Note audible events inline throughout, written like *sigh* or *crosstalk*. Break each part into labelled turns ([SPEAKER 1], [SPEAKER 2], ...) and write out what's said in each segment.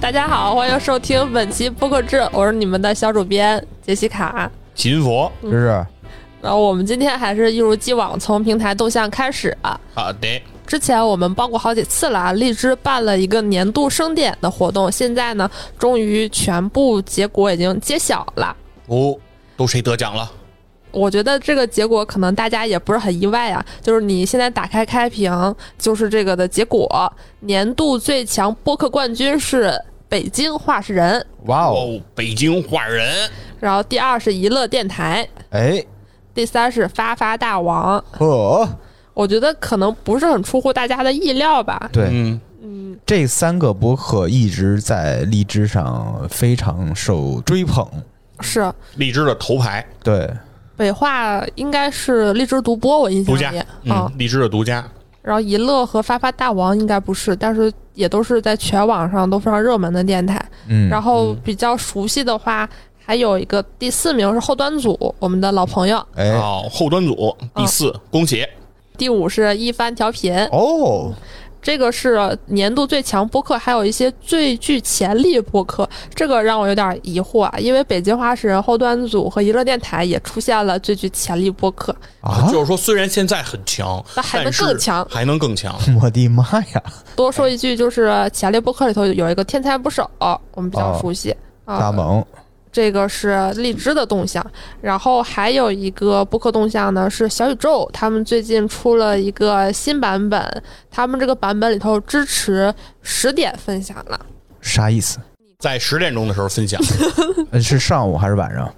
[SPEAKER 1] 大家好，欢迎收听本期播客制，我是你们的小主编杰西卡。
[SPEAKER 2] 秦佛，
[SPEAKER 1] 嗯
[SPEAKER 3] 这是
[SPEAKER 1] 然后我们今天还是一如既往从平台动向开始啊。
[SPEAKER 2] 好的，
[SPEAKER 1] 之前我们报过好几次了啊，荔枝办了一个年度盛典的活动，现在呢，终于全部结果已经揭晓了。
[SPEAKER 2] 哦，都谁得奖了？
[SPEAKER 1] 我觉得这个结果可能大家也不是很意外啊，就是你现在打开开屏，就是这个的结果。年度最强播客冠军是北京话事人，
[SPEAKER 3] 哇哦，
[SPEAKER 2] 哦，北京画人，
[SPEAKER 1] 然后第二是娱乐电台，
[SPEAKER 3] 哎
[SPEAKER 1] 第三是发发大王。
[SPEAKER 3] 呵，
[SPEAKER 1] 我觉得可能不是很出乎大家的意料吧。
[SPEAKER 3] 对，
[SPEAKER 2] 嗯，
[SPEAKER 3] 这三个播客一直在荔枝上非常受追捧，
[SPEAKER 1] 是
[SPEAKER 2] 荔枝的头牌
[SPEAKER 3] 对，
[SPEAKER 1] 北话应该是荔枝独播，我印象
[SPEAKER 2] 独家
[SPEAKER 1] 里啊、，
[SPEAKER 2] 嗯，荔枝的独家，
[SPEAKER 1] 然后娱乐和发发大王应该不是，但是也都是在全网上都非常热门的电台。
[SPEAKER 3] 嗯，
[SPEAKER 1] 然后比较熟悉的话，还有一个第四名是后端组，我们的老朋友。
[SPEAKER 3] 哎
[SPEAKER 2] 哦，后端组第四，恭喜，
[SPEAKER 1] 第五是一番调频，
[SPEAKER 3] 哦，
[SPEAKER 1] 这个是年度最强播客，还有一些最具潜力播客。这个让我有点疑惑啊，因为北京话事人、后端组和娱乐电台也出现了最具潜力播客，
[SPEAKER 3] 啊
[SPEAKER 2] 就，是说虽然现在很强，
[SPEAKER 1] 那还能
[SPEAKER 2] 但是
[SPEAKER 1] 更强
[SPEAKER 2] 还能更强，
[SPEAKER 3] 我的妈呀，
[SPEAKER 1] 多说一句，就是呃潜力播客里头有一个天才捕手，我们比较
[SPEAKER 3] 哦
[SPEAKER 1] 熟悉。啊，
[SPEAKER 3] 大萌，
[SPEAKER 1] 这个是荔枝的动向，然后还有一个播客动向呢是小宇宙，他们最近出了一个新版本，他们这个版本里头支持十点分享了，
[SPEAKER 3] 啥
[SPEAKER 2] *laughs*
[SPEAKER 3] 意思？
[SPEAKER 2] 在十点钟的时候分享，
[SPEAKER 3] 呃是上午还是晚上？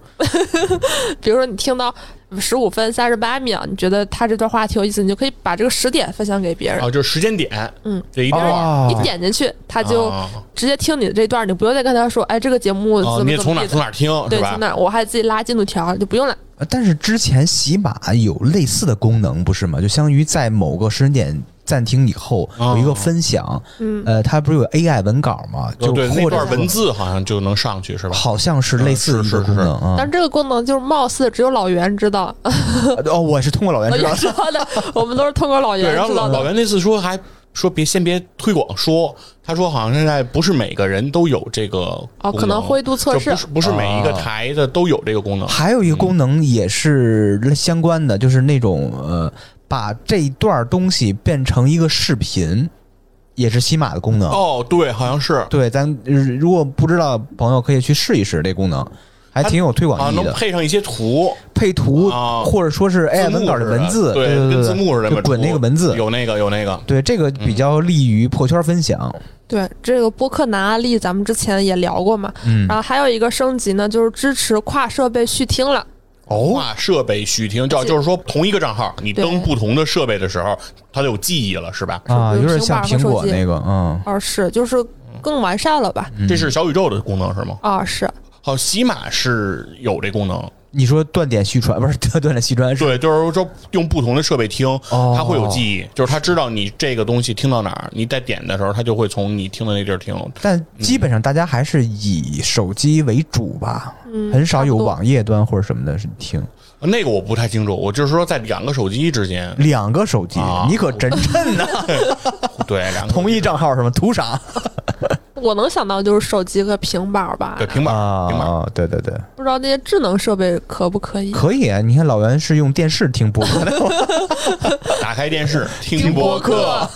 [SPEAKER 1] 比如说你听到十五分三十八秒，你觉得他这段话挺有意思，你就可以把这个十点分享给别人，
[SPEAKER 2] 啊，就是时间点，
[SPEAKER 1] 嗯，
[SPEAKER 2] 这一啊定要。
[SPEAKER 3] 哦
[SPEAKER 1] 一点进去他
[SPEAKER 2] 他
[SPEAKER 1] 就直接听你的这段，你不用再跟他说，哎，这个节目
[SPEAKER 2] 哦，
[SPEAKER 1] 怎
[SPEAKER 2] 你
[SPEAKER 1] 么
[SPEAKER 2] 也
[SPEAKER 1] 怎
[SPEAKER 2] 从哪
[SPEAKER 1] 么地
[SPEAKER 2] 儿从
[SPEAKER 1] 的。
[SPEAKER 2] 哪儿听
[SPEAKER 1] 对，
[SPEAKER 2] 是
[SPEAKER 1] 从
[SPEAKER 2] 吧？
[SPEAKER 1] 哪儿我还自己拉进度条，就不用了。
[SPEAKER 3] 呃但是之前喜马有类似的功能，不是吗？就相当于在某个时间点暂停以后
[SPEAKER 2] 哦
[SPEAKER 3] 有一个分享，
[SPEAKER 1] 嗯
[SPEAKER 3] 呃，它不是有 AI 文稿吗？
[SPEAKER 2] 哦
[SPEAKER 3] 就
[SPEAKER 2] 对，那
[SPEAKER 3] 或者
[SPEAKER 2] 段文字好像就能上去是吧？
[SPEAKER 3] 好像是类似的一
[SPEAKER 2] 嗯是
[SPEAKER 3] 个
[SPEAKER 2] 是
[SPEAKER 3] 功能啊。
[SPEAKER 1] 但这个功能就是貌似只有老袁知
[SPEAKER 2] *laughs*
[SPEAKER 1] 道，
[SPEAKER 3] 哦，我是通过老袁
[SPEAKER 1] 老
[SPEAKER 3] 知道
[SPEAKER 1] 袁
[SPEAKER 3] 的。
[SPEAKER 1] 知道的，我们都是通过老
[SPEAKER 2] 对，
[SPEAKER 1] 袁
[SPEAKER 2] 然后
[SPEAKER 1] 知
[SPEAKER 2] 老
[SPEAKER 1] 道
[SPEAKER 2] 老
[SPEAKER 1] 的。
[SPEAKER 2] 袁那次说还说别先别推广说，他说好像现在不是每个人都有这个
[SPEAKER 1] 哦，
[SPEAKER 2] 功
[SPEAKER 1] 可能
[SPEAKER 2] 能
[SPEAKER 1] 灰度测
[SPEAKER 2] 就
[SPEAKER 1] 试
[SPEAKER 2] 不是不是每
[SPEAKER 3] 啊
[SPEAKER 2] 一个台的都有这个功能。
[SPEAKER 3] 还有一个功能也是相关的，就是那种呃，把这一段东西变成一个视频，也是喜马的功能。
[SPEAKER 2] 哦，对，好像是
[SPEAKER 3] 对，咱呃如果不知道的朋友可以去试一试这功能，还挺有推
[SPEAKER 2] 啊，
[SPEAKER 3] 广意义
[SPEAKER 2] 能
[SPEAKER 3] 的。哎
[SPEAKER 2] 配上一些图，
[SPEAKER 3] 配图、
[SPEAKER 2] 啊
[SPEAKER 3] 或者说是 AI 文稿的文字，
[SPEAKER 2] 对，
[SPEAKER 3] 对对
[SPEAKER 2] 跟
[SPEAKER 3] 对
[SPEAKER 2] 字幕似的，
[SPEAKER 3] 就滚那个文字。
[SPEAKER 2] 有那个有那个，
[SPEAKER 3] 对，这个比较利于破圈分享。
[SPEAKER 1] 对这个播客难案例，咱们之前也聊过嘛。
[SPEAKER 3] 嗯
[SPEAKER 1] 然，后还有一个升级呢，就是支持跨设备续听了。
[SPEAKER 3] 哦，
[SPEAKER 2] 跨设备续听，就
[SPEAKER 1] 而且
[SPEAKER 2] 就是说同一个账号，你
[SPEAKER 1] 对
[SPEAKER 2] 登不同的设备的时候，它就有记忆了，是吧？
[SPEAKER 3] 啊，
[SPEAKER 1] 是不
[SPEAKER 3] 有
[SPEAKER 1] 是
[SPEAKER 3] 点像
[SPEAKER 1] 平板
[SPEAKER 3] 苹
[SPEAKER 1] 和
[SPEAKER 3] 果
[SPEAKER 1] 手机
[SPEAKER 3] 那个，嗯，
[SPEAKER 1] 啊，是，就是更完善了吧？
[SPEAKER 3] 嗯
[SPEAKER 2] 这是小宇宙的功能是吗？
[SPEAKER 1] 啊，是
[SPEAKER 2] 好，喜马是有这功能，
[SPEAKER 3] 你说断点续传不是断点续传是
[SPEAKER 2] 对，就是说用不同的设备听，
[SPEAKER 3] 哦
[SPEAKER 2] 它会有记忆，就是它知道你这个东西听到哪儿，你在点的时候，它就会从你听的那地儿听。
[SPEAKER 3] 但基本上大家还是以手机为主吧，
[SPEAKER 1] 嗯
[SPEAKER 3] 很少有
[SPEAKER 1] 差不多
[SPEAKER 3] 网页端或者什么的是听。
[SPEAKER 2] 那个我不太清楚，我就是说在两个手机之间，
[SPEAKER 3] 两个手机，
[SPEAKER 2] 啊
[SPEAKER 3] 你可真趁呐！
[SPEAKER 2] 对，两个
[SPEAKER 3] 同一账号什么图啥
[SPEAKER 1] 我能想到就是手机和平板儿吧
[SPEAKER 2] 对，平板儿平板儿，
[SPEAKER 3] *laughs* 啊？对对对，
[SPEAKER 1] 不知道那些智能设备可不可以？
[SPEAKER 3] 可以啊！你看老袁是用电视听播客 *laughs* 的，
[SPEAKER 2] 打开电视听
[SPEAKER 1] 听
[SPEAKER 2] 播
[SPEAKER 1] 客，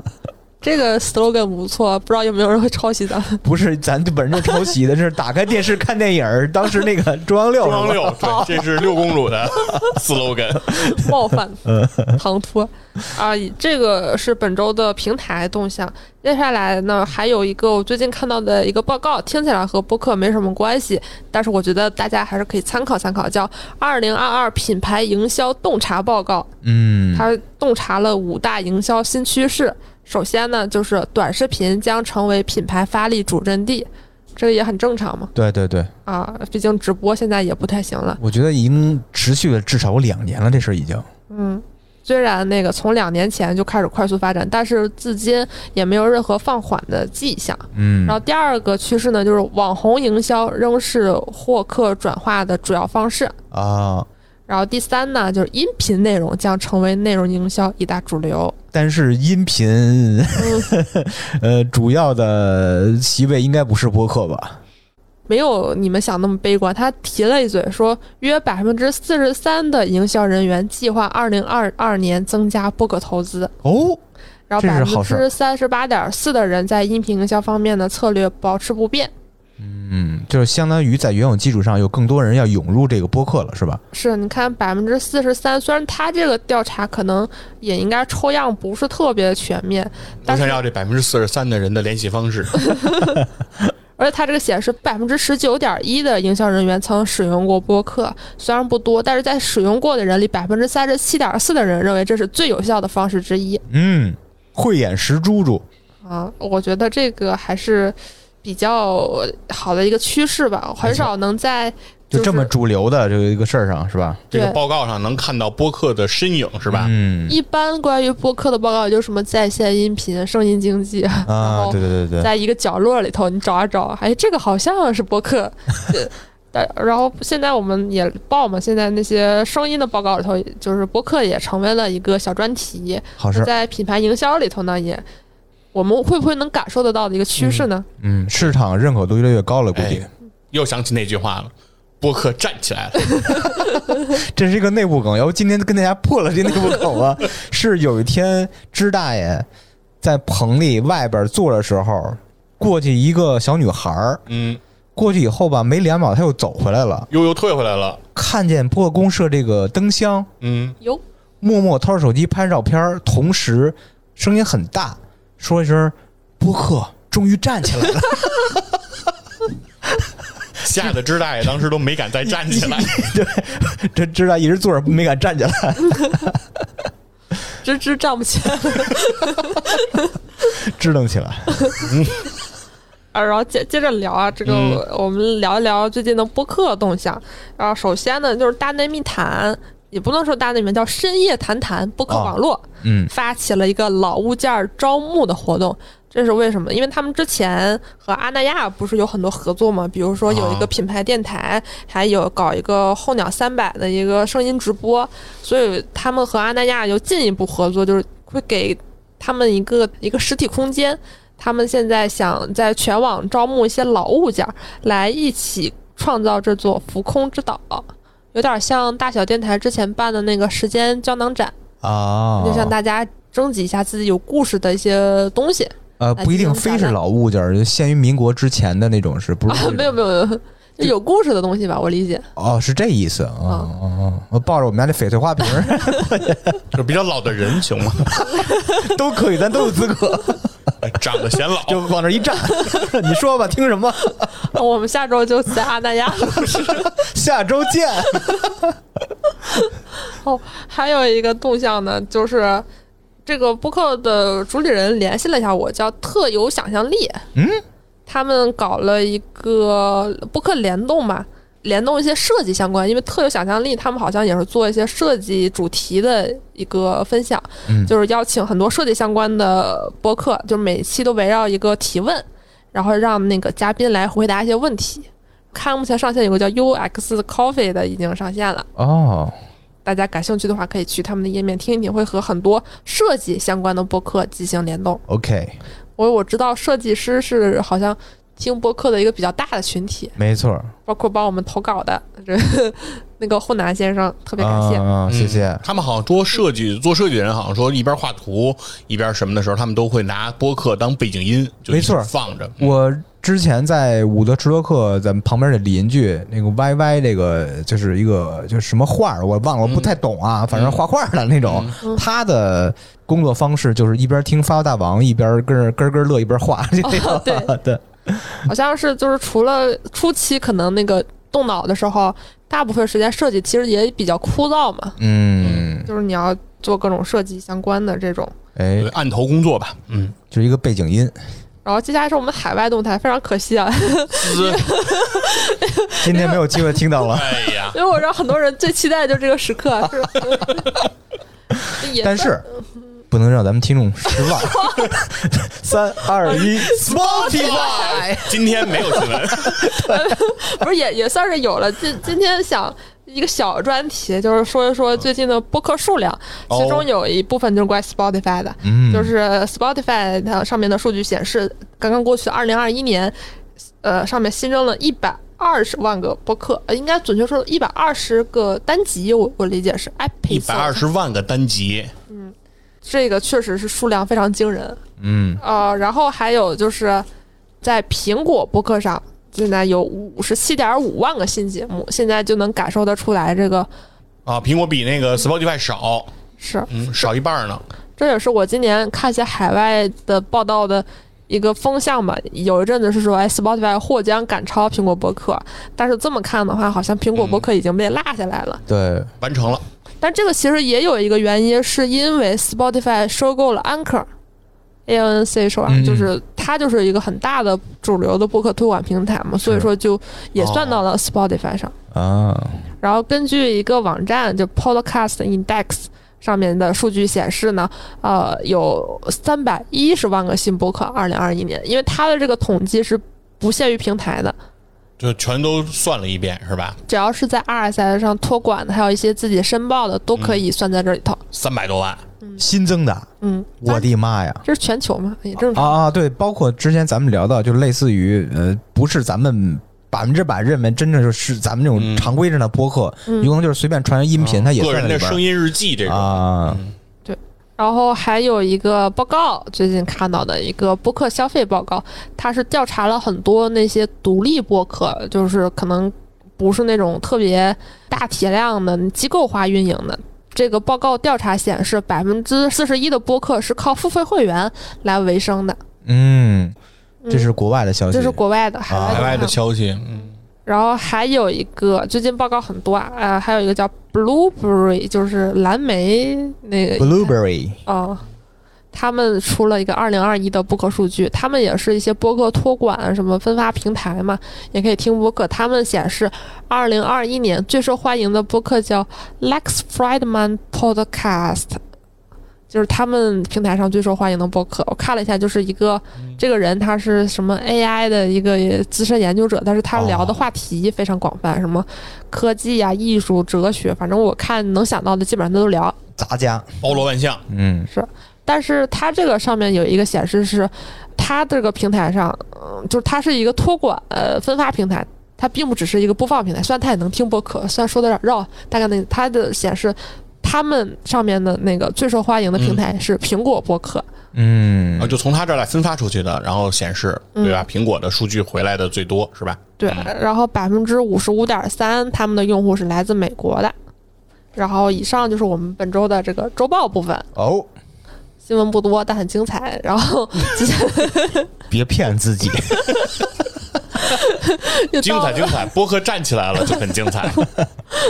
[SPEAKER 1] *laughs* 这个 slogan 不错，不知道有没有人会抄袭咱们？ *laughs*
[SPEAKER 3] 不是咱本人就抄袭的，这是打开电视看电影儿。当时那个中央六
[SPEAKER 2] 中
[SPEAKER 3] 是吧，
[SPEAKER 2] 央六，
[SPEAKER 3] *laughs*
[SPEAKER 2] 对，这是六公主的 slogan。
[SPEAKER 1] 冒犯、唐突啊！这个是本周的平台动向。接下来呢，还有一个我最近看到的一个报告，听起来和播客没什么关系，但是我觉得大家还是可以参考参考，叫《二零二二品牌营销洞察报告》，
[SPEAKER 3] 嗯，
[SPEAKER 1] 它洞察了五大营销新趋势。首先呢，就是短视频将成为品牌发力主阵地，这个也很正常嘛
[SPEAKER 3] 对对对，
[SPEAKER 1] 啊，毕竟直播现在也不太行了。
[SPEAKER 3] 我觉得已经持续了至少两年了，这事儿已经。
[SPEAKER 1] 嗯，虽然那个从两年前就开始快速发展，但是至今也没有任何放缓的迹象。
[SPEAKER 3] 嗯
[SPEAKER 1] 然后第二个趋势呢，就是网红营销仍是获客转化的主要方式。
[SPEAKER 3] 啊，
[SPEAKER 1] 然后第三呢，就是音频内容将成为内容营销一大主流。
[SPEAKER 3] 但是音频，
[SPEAKER 1] 嗯
[SPEAKER 3] *laughs* 呃，主要的席位应该不是播客吧？
[SPEAKER 1] 没有你们想那么悲观。他提了一嘴说，约百分之四十三的营销人员计划二零二二年增加播客投资，
[SPEAKER 3] 哦，
[SPEAKER 1] 然后
[SPEAKER 3] 这
[SPEAKER 1] 百
[SPEAKER 3] 是
[SPEAKER 1] 分
[SPEAKER 3] 好事
[SPEAKER 1] 之三十八点四的人在音频营销方面的策略保持不变。
[SPEAKER 3] 嗯，就是相当于在原有基础上有更多人要涌入这个播客了，是吧？
[SPEAKER 1] 是，你看百分之四十三，虽然他这个调查可能也应该抽样不是特别全面，
[SPEAKER 2] 我
[SPEAKER 1] 但是
[SPEAKER 2] 想要这百分之四十三的人的联系方式。
[SPEAKER 1] 而且他这个显示百分之十九点一的营销人员曾使用过播客，虽然不多，但是在使用过的人里，百分之三十七点四的人认为这是最有效的方式之一
[SPEAKER 3] 嗯，慧眼识珠珠，
[SPEAKER 1] 啊。我觉得这个还是比较好的一个趋势吧，很少能在
[SPEAKER 3] 就这么
[SPEAKER 1] 是嗯
[SPEAKER 3] 主流的这个一个事儿上，是吧？
[SPEAKER 2] 这个
[SPEAKER 1] 对
[SPEAKER 2] 报告上能看到播客的身影，是吧？
[SPEAKER 3] 嗯
[SPEAKER 1] 一般关于播客的报告，也就是什么在线音频、声音经济，然
[SPEAKER 3] 啊，
[SPEAKER 1] 后
[SPEAKER 3] 对对对对，
[SPEAKER 1] 在一个角落里头，你找啊找啊，哎，这个好像是播
[SPEAKER 3] *laughs*
[SPEAKER 1] 客。对但然后现在我们也报嘛，现在那些声音的报告里头，就是播客也成为了一个小专题。
[SPEAKER 3] 好事儿。
[SPEAKER 1] 在品牌营销里头呢，也我们会不会能感受得到的一个趋势呢？
[SPEAKER 3] 嗯，市场认可度越来越高了，估计
[SPEAKER 2] 哎又想起那句话了，播客站起来了。
[SPEAKER 3] 这是一个内部梗。要不今天跟大家破了这内部梗了。是有一天支大爷在棚里外边坐的时候，过去一个小女孩儿，
[SPEAKER 2] 嗯，
[SPEAKER 3] 过去以后吧，没两秒她又走回来了，
[SPEAKER 2] 又又退回来了。
[SPEAKER 3] 看见播客公社这个灯箱，
[SPEAKER 2] 嗯，
[SPEAKER 1] 有、
[SPEAKER 3] 默默掏着手机拍照片儿，同时声音很大，说一声“播客”，终于站起来了。
[SPEAKER 2] 吓得支大爷当时都没敢再站起来。
[SPEAKER 3] 这支大爷一直坐着没敢站起来，
[SPEAKER 1] 吱吱站不起来。
[SPEAKER 3] 支棱起来。
[SPEAKER 1] 啊，然后接接着聊啊，这个我们聊一聊最近的播客动向。然后首先呢，就是大内密谈，也不能说大内密谈，叫深夜谈谈播客
[SPEAKER 3] 哦
[SPEAKER 1] 网络。
[SPEAKER 3] 嗯
[SPEAKER 1] 发起了一个老物件儿招募的活动。这是为什么？因为他们之前和阿那亚不是有很多合作嘛，比如说有一个
[SPEAKER 2] 啊
[SPEAKER 1] 品牌电台，还有搞一个候鸟三百的一个声音直播，所以他们和阿那亚有进一步合作，就是会给他们一个一个实体空间。他们现在想在全网招募一些老物件儿，来一起创造这座浮空之岛，有点像大小电台之前办的那个时间胶囊展。
[SPEAKER 3] 啊，
[SPEAKER 1] 就向大家征集一下自己有故事的一些东西
[SPEAKER 3] 呃，不一定非是老物件儿，就限于民国之前的那种，
[SPEAKER 1] *laughs*
[SPEAKER 3] 是不是？
[SPEAKER 1] 啊，没有没有没有，就有故事的东西吧，我理
[SPEAKER 3] *laughs*
[SPEAKER 1] 解。
[SPEAKER 3] 哦，是这意思啊
[SPEAKER 1] 啊
[SPEAKER 3] 哦哦，我抱着我们家那翡翠花瓶儿
[SPEAKER 2] *laughs*
[SPEAKER 3] *laughs*
[SPEAKER 2] 就比较老的人行吗？
[SPEAKER 3] 都可以，咱都有资格，
[SPEAKER 2] *laughs* 长得显老，
[SPEAKER 3] 就往那儿一站。你说吧，听什么？
[SPEAKER 1] 啊我们下周就在阿那亚了。
[SPEAKER 3] 下周见。
[SPEAKER 1] 哦，还有一个动向呢，就是这个播客的主理人联系了一下我，叫特有想象力。
[SPEAKER 3] 嗯，
[SPEAKER 1] 他们搞了一个播客联动嘛。联动一些设计相关，因为特有想象力，他们好像也是做一些设计主题的一个分享，
[SPEAKER 3] 嗯
[SPEAKER 1] 就是邀请很多设计相关的播客，就是每期都围绕一个提问，然后让那个嘉宾来回答一些问题。看目前上线有个叫 UX Coffee 的已经上线了，
[SPEAKER 3] 哦，
[SPEAKER 1] 大家感兴趣的话，可以去他们的页面听一听，会和很多设计相关的播客进行联动。
[SPEAKER 3] OK，
[SPEAKER 1] 我我知道设计师是好像听播客的一个比较大的群体，
[SPEAKER 3] 没错儿。
[SPEAKER 1] 包括帮我们投稿的这那个护南先生，特别感谢。
[SPEAKER 3] 啊，啊谢谢
[SPEAKER 2] 嗯。他们好像多设计做设计的人，好像说一边画图一边什么的时候，他们都会拿播客当背景音，就
[SPEAKER 3] 没错嗯
[SPEAKER 2] 一直放着。
[SPEAKER 3] 我之前在伍德施洛克，咱们旁边的邻居那个 YY，这个就是一个就是什么画儿，我忘了，我不太懂啊，反正画画的那种。他的工作方式就是一边听《发大王》，一边跟着咯咯乐，一边画，就这样。
[SPEAKER 1] 对
[SPEAKER 3] 对，
[SPEAKER 1] 好像是就是除了初期可能那个动脑的时候，大部分时间设计其实也比较枯燥嘛，
[SPEAKER 3] 嗯，
[SPEAKER 1] 就是你要做各种设计相关的这种。
[SPEAKER 3] 哎
[SPEAKER 2] 对，，案头工作吧，嗯，
[SPEAKER 3] 就是一个背景音。
[SPEAKER 1] *laughs* 然后接下来是我们海外动态，非常可惜啊，
[SPEAKER 2] 滋，
[SPEAKER 3] 今天没有机会听
[SPEAKER 1] *laughs*
[SPEAKER 3] 到了，
[SPEAKER 2] 嗯哎呀，
[SPEAKER 1] 因为我知道很多人最期待的就是这个时刻，是吧也
[SPEAKER 3] 但是不能让咱们听众失
[SPEAKER 1] *laughs*
[SPEAKER 3] 望。三二一，Spotify。
[SPEAKER 2] *laughs* 今天没有新 *laughs* 闻，
[SPEAKER 1] 不是也也算是有了。今今天想一个小专题，就是说一说最近的播客数量，
[SPEAKER 2] 哦
[SPEAKER 1] 其中有一部分就是关于 Spotify 的，
[SPEAKER 3] 嗯
[SPEAKER 1] 就是 Spotify 它上面的数据显示，刚刚过去二零二一年，呃，上面新增了一百。二十万个播客，呃，应该准确说一百二十个单集，我我理解是哎 episode，
[SPEAKER 2] 一百二十万个单集，
[SPEAKER 1] 这个确实是数量非常惊人。
[SPEAKER 3] 嗯，
[SPEAKER 1] 呃，然后还有就是在苹果播客上，现在有五十七点五万个新节目，现在就能感受得出来，这个
[SPEAKER 2] 啊，苹果比那个 Spotify 少，
[SPEAKER 1] 是，
[SPEAKER 2] 嗯，少一半呢。
[SPEAKER 1] 这也是我今年看一些海外的报道的。一个风向吧，有一阵子是说，哎，Spotify 或将赶超苹果播客，但是这么看的话，好像苹果播客已经被落下来了。
[SPEAKER 3] 对，
[SPEAKER 2] 完成了，
[SPEAKER 1] 但这个其实也有一个原因，是因为 Spotify 收购了 Anchor，A N C 收购
[SPEAKER 3] 嗯
[SPEAKER 1] Anchor，就是它就是一个很大的主流的播客推广平台嘛，所以说就也算到了 Spotify 上。
[SPEAKER 3] 啊，
[SPEAKER 1] 然后根据一个网站就 Podcast Index 上面的数据显示呢，呃，有三百一十万个新播客，二零二一年，因为它的这个统计是不限于平台的，
[SPEAKER 2] 就全都算了一遍，是吧？
[SPEAKER 1] 只要是在 RSS 上托管的，还有一些自己申报的，都可以算在这里头。
[SPEAKER 2] 三百多万，
[SPEAKER 3] 新增的，
[SPEAKER 1] 嗯，
[SPEAKER 3] 我的妈呀！
[SPEAKER 1] 这是全球嘛，也正常。
[SPEAKER 3] 啊啊，对，包括之前咱们聊到，就类似于呃，不是咱们百分之百认为真正就是咱们这种
[SPEAKER 2] 嗯
[SPEAKER 3] 常规上的播客，
[SPEAKER 1] 嗯
[SPEAKER 3] 有可能就是随便传音
[SPEAKER 1] 啊
[SPEAKER 3] 频，它也
[SPEAKER 2] 个
[SPEAKER 3] 算
[SPEAKER 2] 人
[SPEAKER 3] 在
[SPEAKER 2] 的
[SPEAKER 3] 里边
[SPEAKER 2] 声音日记这种，
[SPEAKER 3] 啊，
[SPEAKER 1] 然后还有一个报告，最近看到的一个播客消费报告，它是调查了很多那些独立播客，就是可能不是那种特别大体量的机构化运营的。这个报告调查显示，百分之四十一的播客是靠付费会员来维生的，
[SPEAKER 3] 嗯，
[SPEAKER 1] 嗯
[SPEAKER 3] 这是国外的消息，
[SPEAKER 1] 这是国外的，海外
[SPEAKER 3] 啊
[SPEAKER 1] 的
[SPEAKER 2] 海外的
[SPEAKER 1] 看
[SPEAKER 2] 消息，嗯，
[SPEAKER 1] *laughs* 然后还有一个，最近报告很多啊，呃，还有一个叫 Blueberry，就是蓝莓那个
[SPEAKER 3] Blueberry
[SPEAKER 1] 哦，他们出了一个二零二一的播客数据，他们也是一些播客托管什么分发平台嘛，也可以听播客。他们显示，二零二一年最受欢迎的播客叫 Lex Friedman Podcast。就是他们平台上最受欢迎的播客，我看了一下，就是一个这个人他是什么 AI 的一个资深研究者，但是他聊的
[SPEAKER 3] 哦
[SPEAKER 1] 话题非常广泛，什么科技呀、艺术、哲学，反正我看能想到的基本上他都聊。
[SPEAKER 3] 杂家，
[SPEAKER 2] 包罗万象，
[SPEAKER 3] 嗯
[SPEAKER 1] 但是它这个上面有一个显示是，它这个平台上，嗯，就是它是一个托管呃分发平台，它并不只是一个播放平台。虽然它也能听播客，虽然说的有点绕，大概那它的显示，他们上面的那个最受欢迎的平台是苹果播客，
[SPEAKER 3] 嗯
[SPEAKER 2] 啊，就从他这儿来分发出去的，然后显示，
[SPEAKER 1] 嗯
[SPEAKER 2] 对吧？苹果的数据回来的最多，是吧？
[SPEAKER 1] 对，
[SPEAKER 2] 嗯
[SPEAKER 1] 然后百分之五十五点三他们的用户是来自美国的。然后以上就是我们本周的这个周报部分，
[SPEAKER 3] 哦，
[SPEAKER 1] 新闻不多但很精彩。然
[SPEAKER 2] *laughs*
[SPEAKER 1] 后 *laughs* 接下来
[SPEAKER 3] 别骗自己，
[SPEAKER 1] 就
[SPEAKER 2] 精
[SPEAKER 1] 到
[SPEAKER 2] 彩
[SPEAKER 1] 了
[SPEAKER 2] 精彩，播客站起来了就很精
[SPEAKER 1] *laughs*
[SPEAKER 2] 彩。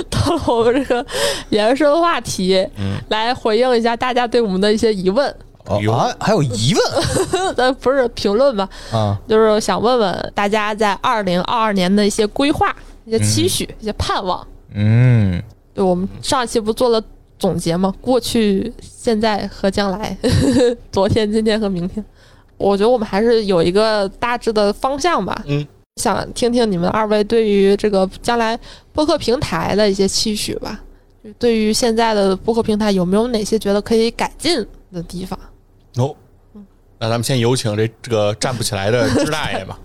[SPEAKER 1] 到了我们这个延伸话题，来回应一下大家对我们的一些疑问。
[SPEAKER 3] *laughs* 哦
[SPEAKER 2] 哟
[SPEAKER 3] 啊，还有疑问
[SPEAKER 1] 咱不是评论吧，
[SPEAKER 3] 啊，
[SPEAKER 1] 就是想问问大家在二零二二年的一些规划、一些期许、一些盼望。
[SPEAKER 3] 嗯，
[SPEAKER 1] 对我们上一期不做了总结吗？过去、现在和将来， *laughs* 昨天、今天和明天。我觉得我们还是有一个大致的方向吧。
[SPEAKER 2] 嗯，
[SPEAKER 1] 想听听你们二位对于这个将来播客平台的一些期许吧。就对于现在的播客平台，有没有哪些觉得可以改进的地方？
[SPEAKER 2] 哦，那咱们先有请这这个站不起来的支
[SPEAKER 1] *laughs*
[SPEAKER 2] 大爷吧。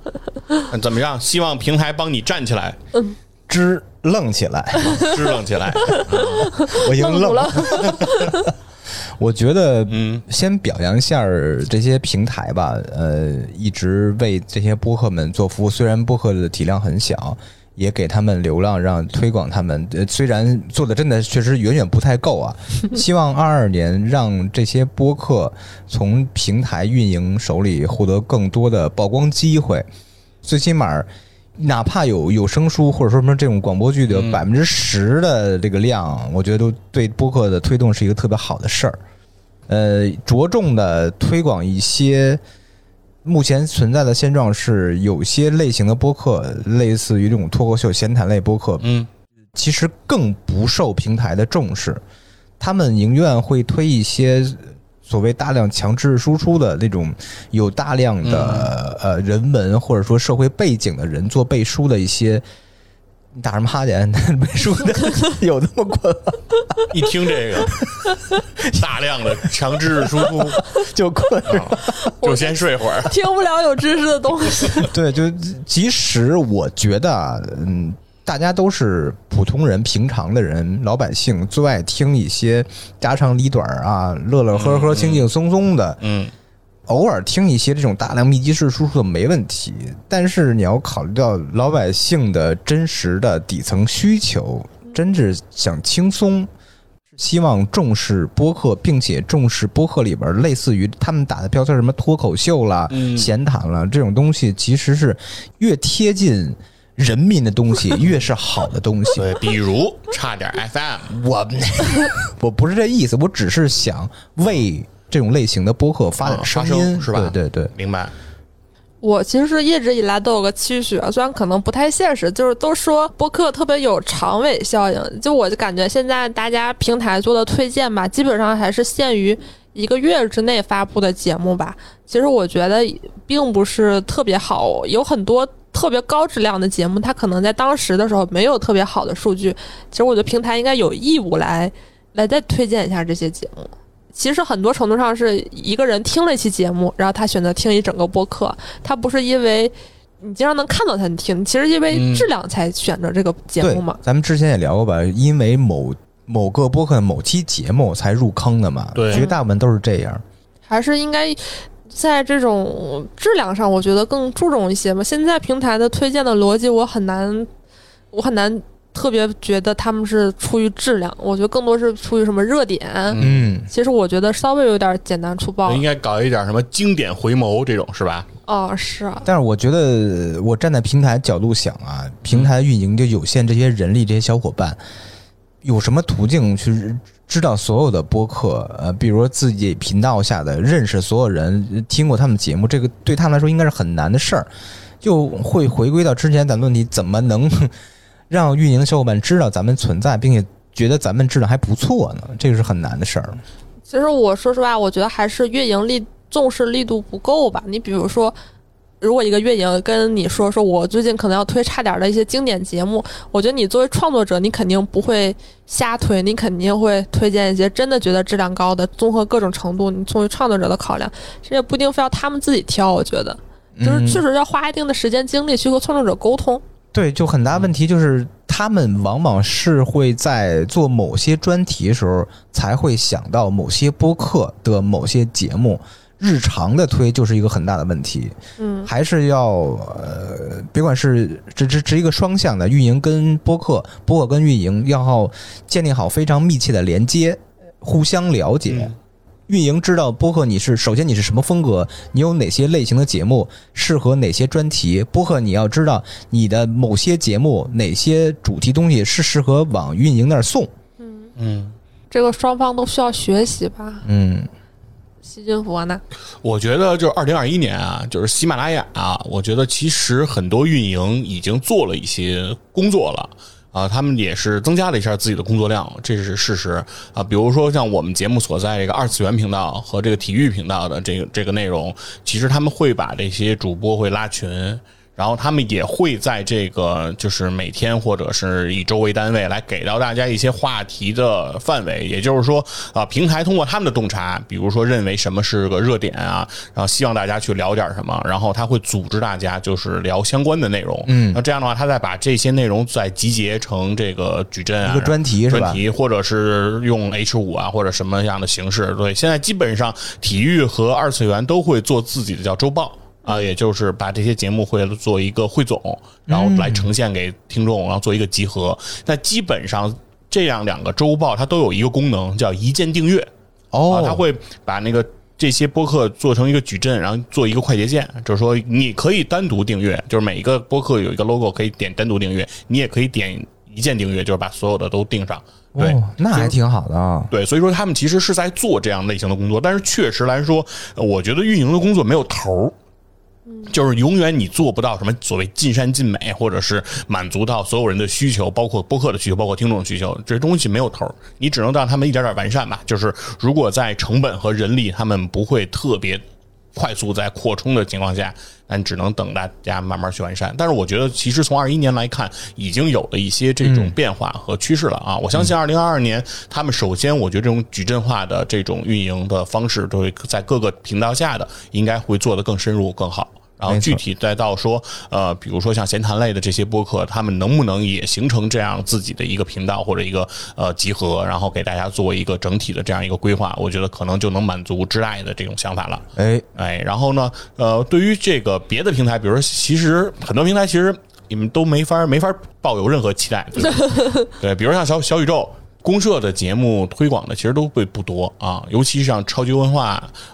[SPEAKER 2] 那怎么样？希望平台帮你站起来，
[SPEAKER 3] 支愣起 *laughs* 来，
[SPEAKER 2] 支棱
[SPEAKER 1] *laughs*
[SPEAKER 2] 起来。
[SPEAKER 3] 我已经
[SPEAKER 1] 愣住
[SPEAKER 3] 愣
[SPEAKER 1] 了， *laughs*
[SPEAKER 3] 我觉得
[SPEAKER 2] 嗯，
[SPEAKER 3] 先表扬一下儿这些平台吧，呃，一直为这些播客们做服务。虽然播客的体量很小，也给他们流量，让推广他们。呃，虽然做的真的确实远远不太够啊，希望二二年让这些播客从平台运营手里获得更多的曝光机会，最起码儿。哪怕有有声书或者说什么这种广播剧的
[SPEAKER 2] 嗯
[SPEAKER 3] 百分之十的这个量，我觉得都对播客的推动是一个特别好的事儿。呃，着重的推广一些目前存在的现状是，有些类型的播客，类似于这种脱口秀、闲谈类播客，
[SPEAKER 2] 嗯，
[SPEAKER 3] 其实更不受平台的重视，他们宁愿会推一些所谓大量强知识输出的那种有大量的、呃人文或者说社会背景的人做背书的一些。你打什么哈欠？ *laughs* 背书的有那么过分吗
[SPEAKER 2] 一听
[SPEAKER 1] *laughs*
[SPEAKER 2] 这个，大量的强知识输出，
[SPEAKER 3] 就困扰
[SPEAKER 2] 就先睡
[SPEAKER 1] *laughs*
[SPEAKER 2] 会儿。
[SPEAKER 1] 听不了有知识的东西。
[SPEAKER 3] *laughs* 对，就即使我觉得啊，嗯，大家都是普通人、平常的人、老百姓，最爱听一些家长里短儿啊，乐乐呵呵、轻轻松松的，
[SPEAKER 2] 嗯，
[SPEAKER 3] 偶尔听一些这种大量密集式输出的没问题。但是你要考虑到老百姓的真实的底层需求，真是想轻松。希望重视播客，并且重视播客里边儿类似于他们打的标签，什么脱口秀啦、
[SPEAKER 2] 嗯
[SPEAKER 3] 闲谈了这种东西，其实是越贴近人民的东西，越是好的东西。
[SPEAKER 2] *laughs* 对，比如差点 FM，
[SPEAKER 3] 我我不是这意思，我只是想为这种类型的播客发
[SPEAKER 2] 啊
[SPEAKER 3] 展
[SPEAKER 2] 发
[SPEAKER 3] 声
[SPEAKER 2] 声
[SPEAKER 3] 音，
[SPEAKER 2] 是吧
[SPEAKER 3] 对对对，
[SPEAKER 2] 明白？
[SPEAKER 1] 我其实一直以来都有个期许啊，虽然可能不太现实，就是都说播客特别有长尾效应，就我就感觉现在大家平台做的推荐吧，基本上还是限于一个月之内发布的节目吧。其实我觉得并不是特别好，有很多。特别高质量的节目，它可能在当时的时候没有特别好的数据。其实我觉得平台应该有义务来来再推荐一下这些节目。其实很多程度上是一个人听了一期节目，然后他选择听一整个播客，他不是因为你经常能看到他你听，其实因为质量才选择这个节
[SPEAKER 3] 对
[SPEAKER 1] 目嘛。
[SPEAKER 3] 咱们之前也聊过吧，因为某某个播客的某期节目才入坑的嘛，
[SPEAKER 2] 对
[SPEAKER 3] 绝大部分都是这样。
[SPEAKER 1] 还是应该在这种质量上，我觉得更注重一些嘛。现在平台的推荐的逻辑，我很难，我很难特别觉得他们是出于质量，我觉得更多是出于什么热点。
[SPEAKER 3] 嗯，
[SPEAKER 1] 其实我觉得稍微有点简单粗暴
[SPEAKER 2] 应该搞一点什么经典回眸这种是吧？
[SPEAKER 1] 哦，是啊，
[SPEAKER 3] 但是我觉得，我站在平台角度想啊，平台运营就有限，这些人力、这些小伙伴，有什么途径去知道所有的播客？呃，比如说自己频道下的认识所有人，听过他们节目，这个对他们来说应该是很难的事儿，就会回归到之前咱们问题，怎么能 *laughs* 让运营小伙伴知道咱们存在，并且觉得咱们质量还不错呢？这个是很难的事儿。
[SPEAKER 1] 其实我说实话，我觉得还是运营力重视力度不够吧。你比如说，如果一个运营跟你说说我最近可能要推差点儿的一些经典节目，我觉得你作为创作者，你肯定不会瞎推，你肯定会推荐一些真的觉得质量高的，综合各种程度，你作为创作者的考量，这也不一定非要他们自己挑。我觉得，就是
[SPEAKER 3] 嗯
[SPEAKER 1] 确实要花一定的时间精力去和创作者沟通。
[SPEAKER 3] 对，就很大问题就是，他们往往是会在做某些专题的时候才会想到某些播客的某些节目，日常的推就是一个很大的问题。
[SPEAKER 1] 嗯，
[SPEAKER 3] 还是要呃，别管是这这这一个双向的运营跟播客，播客跟运营要建立好非常密切的连接，互相了解。
[SPEAKER 2] 嗯
[SPEAKER 3] 运营知道播客你是首先你是什么风格，你有哪些类型的节目，适合哪些专题。播客你要知道你的某些节目哪些主题东西是适合往运营那儿送。
[SPEAKER 2] 嗯，
[SPEAKER 1] 这个双方都需要学习吧。
[SPEAKER 3] 嗯
[SPEAKER 1] 细菌佛呢？
[SPEAKER 2] 我觉得就是二零二一年啊，就是喜马拉雅啊，我觉得其实很多运营已经做了一些工作了。啊，他们也是增加了一下自己的工作量，这是事实啊。比如说像我们节目所在这个二次元频道和这个体育频道的这个这个内容，其实他们会把这些主播会拉群，然后他们也会在这个就是每天或者是以周为单位来给到大家一些话题的范围，也就是说啊，平台通过他们的洞察，比如说认为什么是个热点啊，然后希望大家去聊点什么，然后他会组织大家就是聊相关的内容。嗯，那这样的话，他再把这些内容再集结成这个矩阵啊，
[SPEAKER 3] 一个专题是吧
[SPEAKER 2] 专题或者是用 H 五啊，或者什么样的形式。对，现在基本上体育和二次元都会做自己的叫周报。啊，也就是把这些节目会做一个汇总，然后来呈现给听众，然后做一个集合。那基本上这样两个周报，它都有一个功能叫一键订阅。
[SPEAKER 3] 哦
[SPEAKER 2] 啊，他会把那个这些播客做成一个矩阵，然后做一个快捷键，就是说你可以单独订阅，就是每一个播客有一个 logo 可以点单独订阅，你也可以点一键订阅，就是把所有的都订上。对，
[SPEAKER 3] 哦那还挺好的啊。
[SPEAKER 2] 对，所以说他们其实是在做这样类型的工作，但是确实来说，呃我觉得运营的工作没有头儿。就是永远你做不到什么所谓尽善尽美，或者是满足到所有人的需求，包括播客的需求，包括听众的需求，这东西没有头儿，你只能让他们一点点完善吧。就是如果在成本和人力他们不会特别快速在扩充的情况下，那你只能等大家慢慢去完善。但是我觉得，其实从二一年来看，已经有了一些这种变化和趋势了啊！我相信二零二二年，他们首先，我觉得这种矩阵化的这种运营的方式，都会在各个频道下的应该会做得更深入、更好。然后
[SPEAKER 3] 没错
[SPEAKER 2] 具体再到说，呃，比如说像闲谈类的这些播客，他们能不能也形成这样自己的一个频道或者一个呃集合，然后给大家做一个整体的这样一个规划，我觉得可能就能满足之爱的这种想法了。
[SPEAKER 3] 哎，
[SPEAKER 2] 哎，然后呢，呃，对于这个别的平台，比如说，其实很多平台其实你们都没法没法抱有任何期待，对吧 *laughs* 对，比如像小小宇宙。公社的节目推广的其实都会不多啊，尤其是像超级文化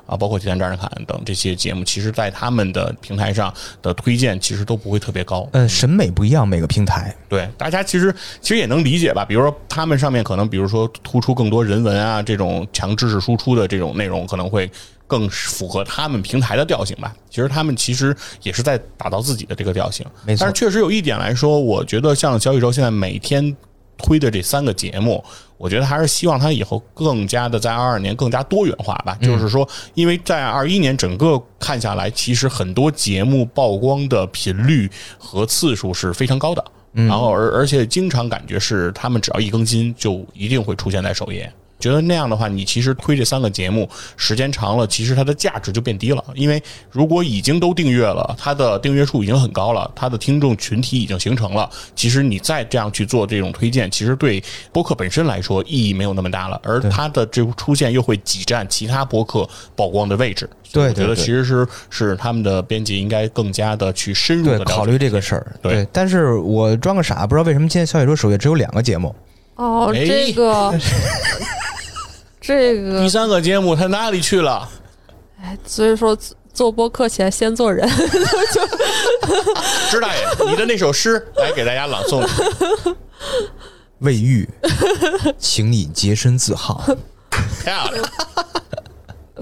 [SPEAKER 2] 啊，包括《铁蛋战士侃》等这些节目，其实在他们的平台上的推荐其实都不会特别高。
[SPEAKER 3] 嗯，审美不一样，每个平台
[SPEAKER 2] 对，大家其实其实也能理解吧。比如说，他们上面可能，比如说突出更多人文啊这种强知识输出的这种内容，可能会更符合他们平台的调性吧。其实他们其实也是在打造自己的这个调性。
[SPEAKER 3] 没错
[SPEAKER 2] 但是确实有一点来说，我觉得像小宇宙现在每天推的这三个节目，我觉得还是希望它以后更加的在二二年更加多元化吧。就是说，因为在二一年整个看下来，其实很多节目曝光的频率和次数是非常高的。然后而而且经常感觉是他们只要一更新就一定会出现在首页。觉得那样的话，你其实推这三个节目时间长了，其实它的价值就变低了。因为如果已经都订阅了，它的订阅数已经很高了，它的听众群体已经形成了，其实你再这样去做这种推荐，其实对播客本身来说意义没有那么大了。而它的这出现又会挤占其他播客曝光的位置，所以我
[SPEAKER 3] 对对
[SPEAKER 2] 觉得
[SPEAKER 3] 对
[SPEAKER 2] 其实是是他们的编辑应该更加的去深入
[SPEAKER 3] 对
[SPEAKER 2] 的
[SPEAKER 3] 考虑这个事儿，
[SPEAKER 2] 对
[SPEAKER 3] 对。但是我装个傻，不知道为什么今天小宇宙首页只有两个节目，
[SPEAKER 1] 哦，
[SPEAKER 2] 哎
[SPEAKER 1] 这个，这
[SPEAKER 2] 第
[SPEAKER 1] 个，
[SPEAKER 2] 三个节目他哪里去了？
[SPEAKER 1] 哎，所以说做做播客前先做人，
[SPEAKER 2] 知大爷，你的那首诗来给大家朗
[SPEAKER 3] *laughs*
[SPEAKER 2] 诵。
[SPEAKER 3] 未
[SPEAKER 2] *laughs*
[SPEAKER 3] 遇，请你洁身自好。
[SPEAKER 2] 漂亮，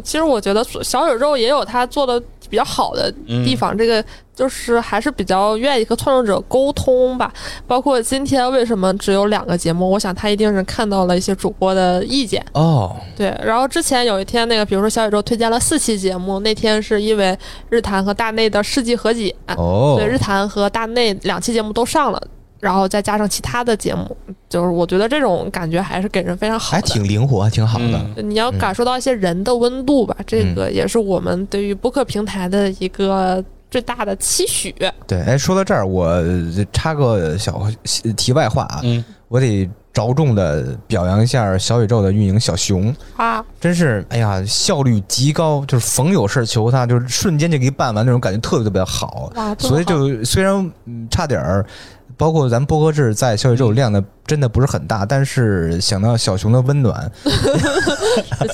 [SPEAKER 1] 其实我觉得小宇宙也有他做的比较好的地方，这个就是还是比较愿意和创作者沟通吧。包括今天为什么只有两个节目，我想他一定是看到了一些主播的意见。
[SPEAKER 3] 哦，
[SPEAKER 1] 对，然后之前有一天那个，比如说小宇宙推荐了四期节目，那天是因为日坛和大内的世纪和解，
[SPEAKER 3] 哦
[SPEAKER 1] 对，日坛和大内两期节目都上了。然后再加上其他的节目，就是我觉得这种感觉还是给人非常好
[SPEAKER 3] 还
[SPEAKER 1] 的。
[SPEAKER 3] 挺灵活，还挺好的。
[SPEAKER 2] 嗯
[SPEAKER 1] 你要感受到一些人的温度吧，
[SPEAKER 3] 嗯
[SPEAKER 1] 这个也是我们对于播客平台的一个最大的期许。
[SPEAKER 3] 对，哎，说到这儿，我呃插个小题外话啊，
[SPEAKER 2] 嗯，
[SPEAKER 3] 我得着重的表扬一下小宇宙的运营小熊，
[SPEAKER 1] 啊，
[SPEAKER 3] 真是哎呀，效率极高，就是逢有事儿求他，就是瞬间就给办完那种感觉，特别特别
[SPEAKER 2] 嗯
[SPEAKER 3] 好。
[SPEAKER 1] 哇，这么
[SPEAKER 3] 所以
[SPEAKER 1] 好
[SPEAKER 3] 就虽然嗯差点儿，包括咱播客制在小宇宙量的真的不是很大，但是想到小熊的温 *laughs* 暖，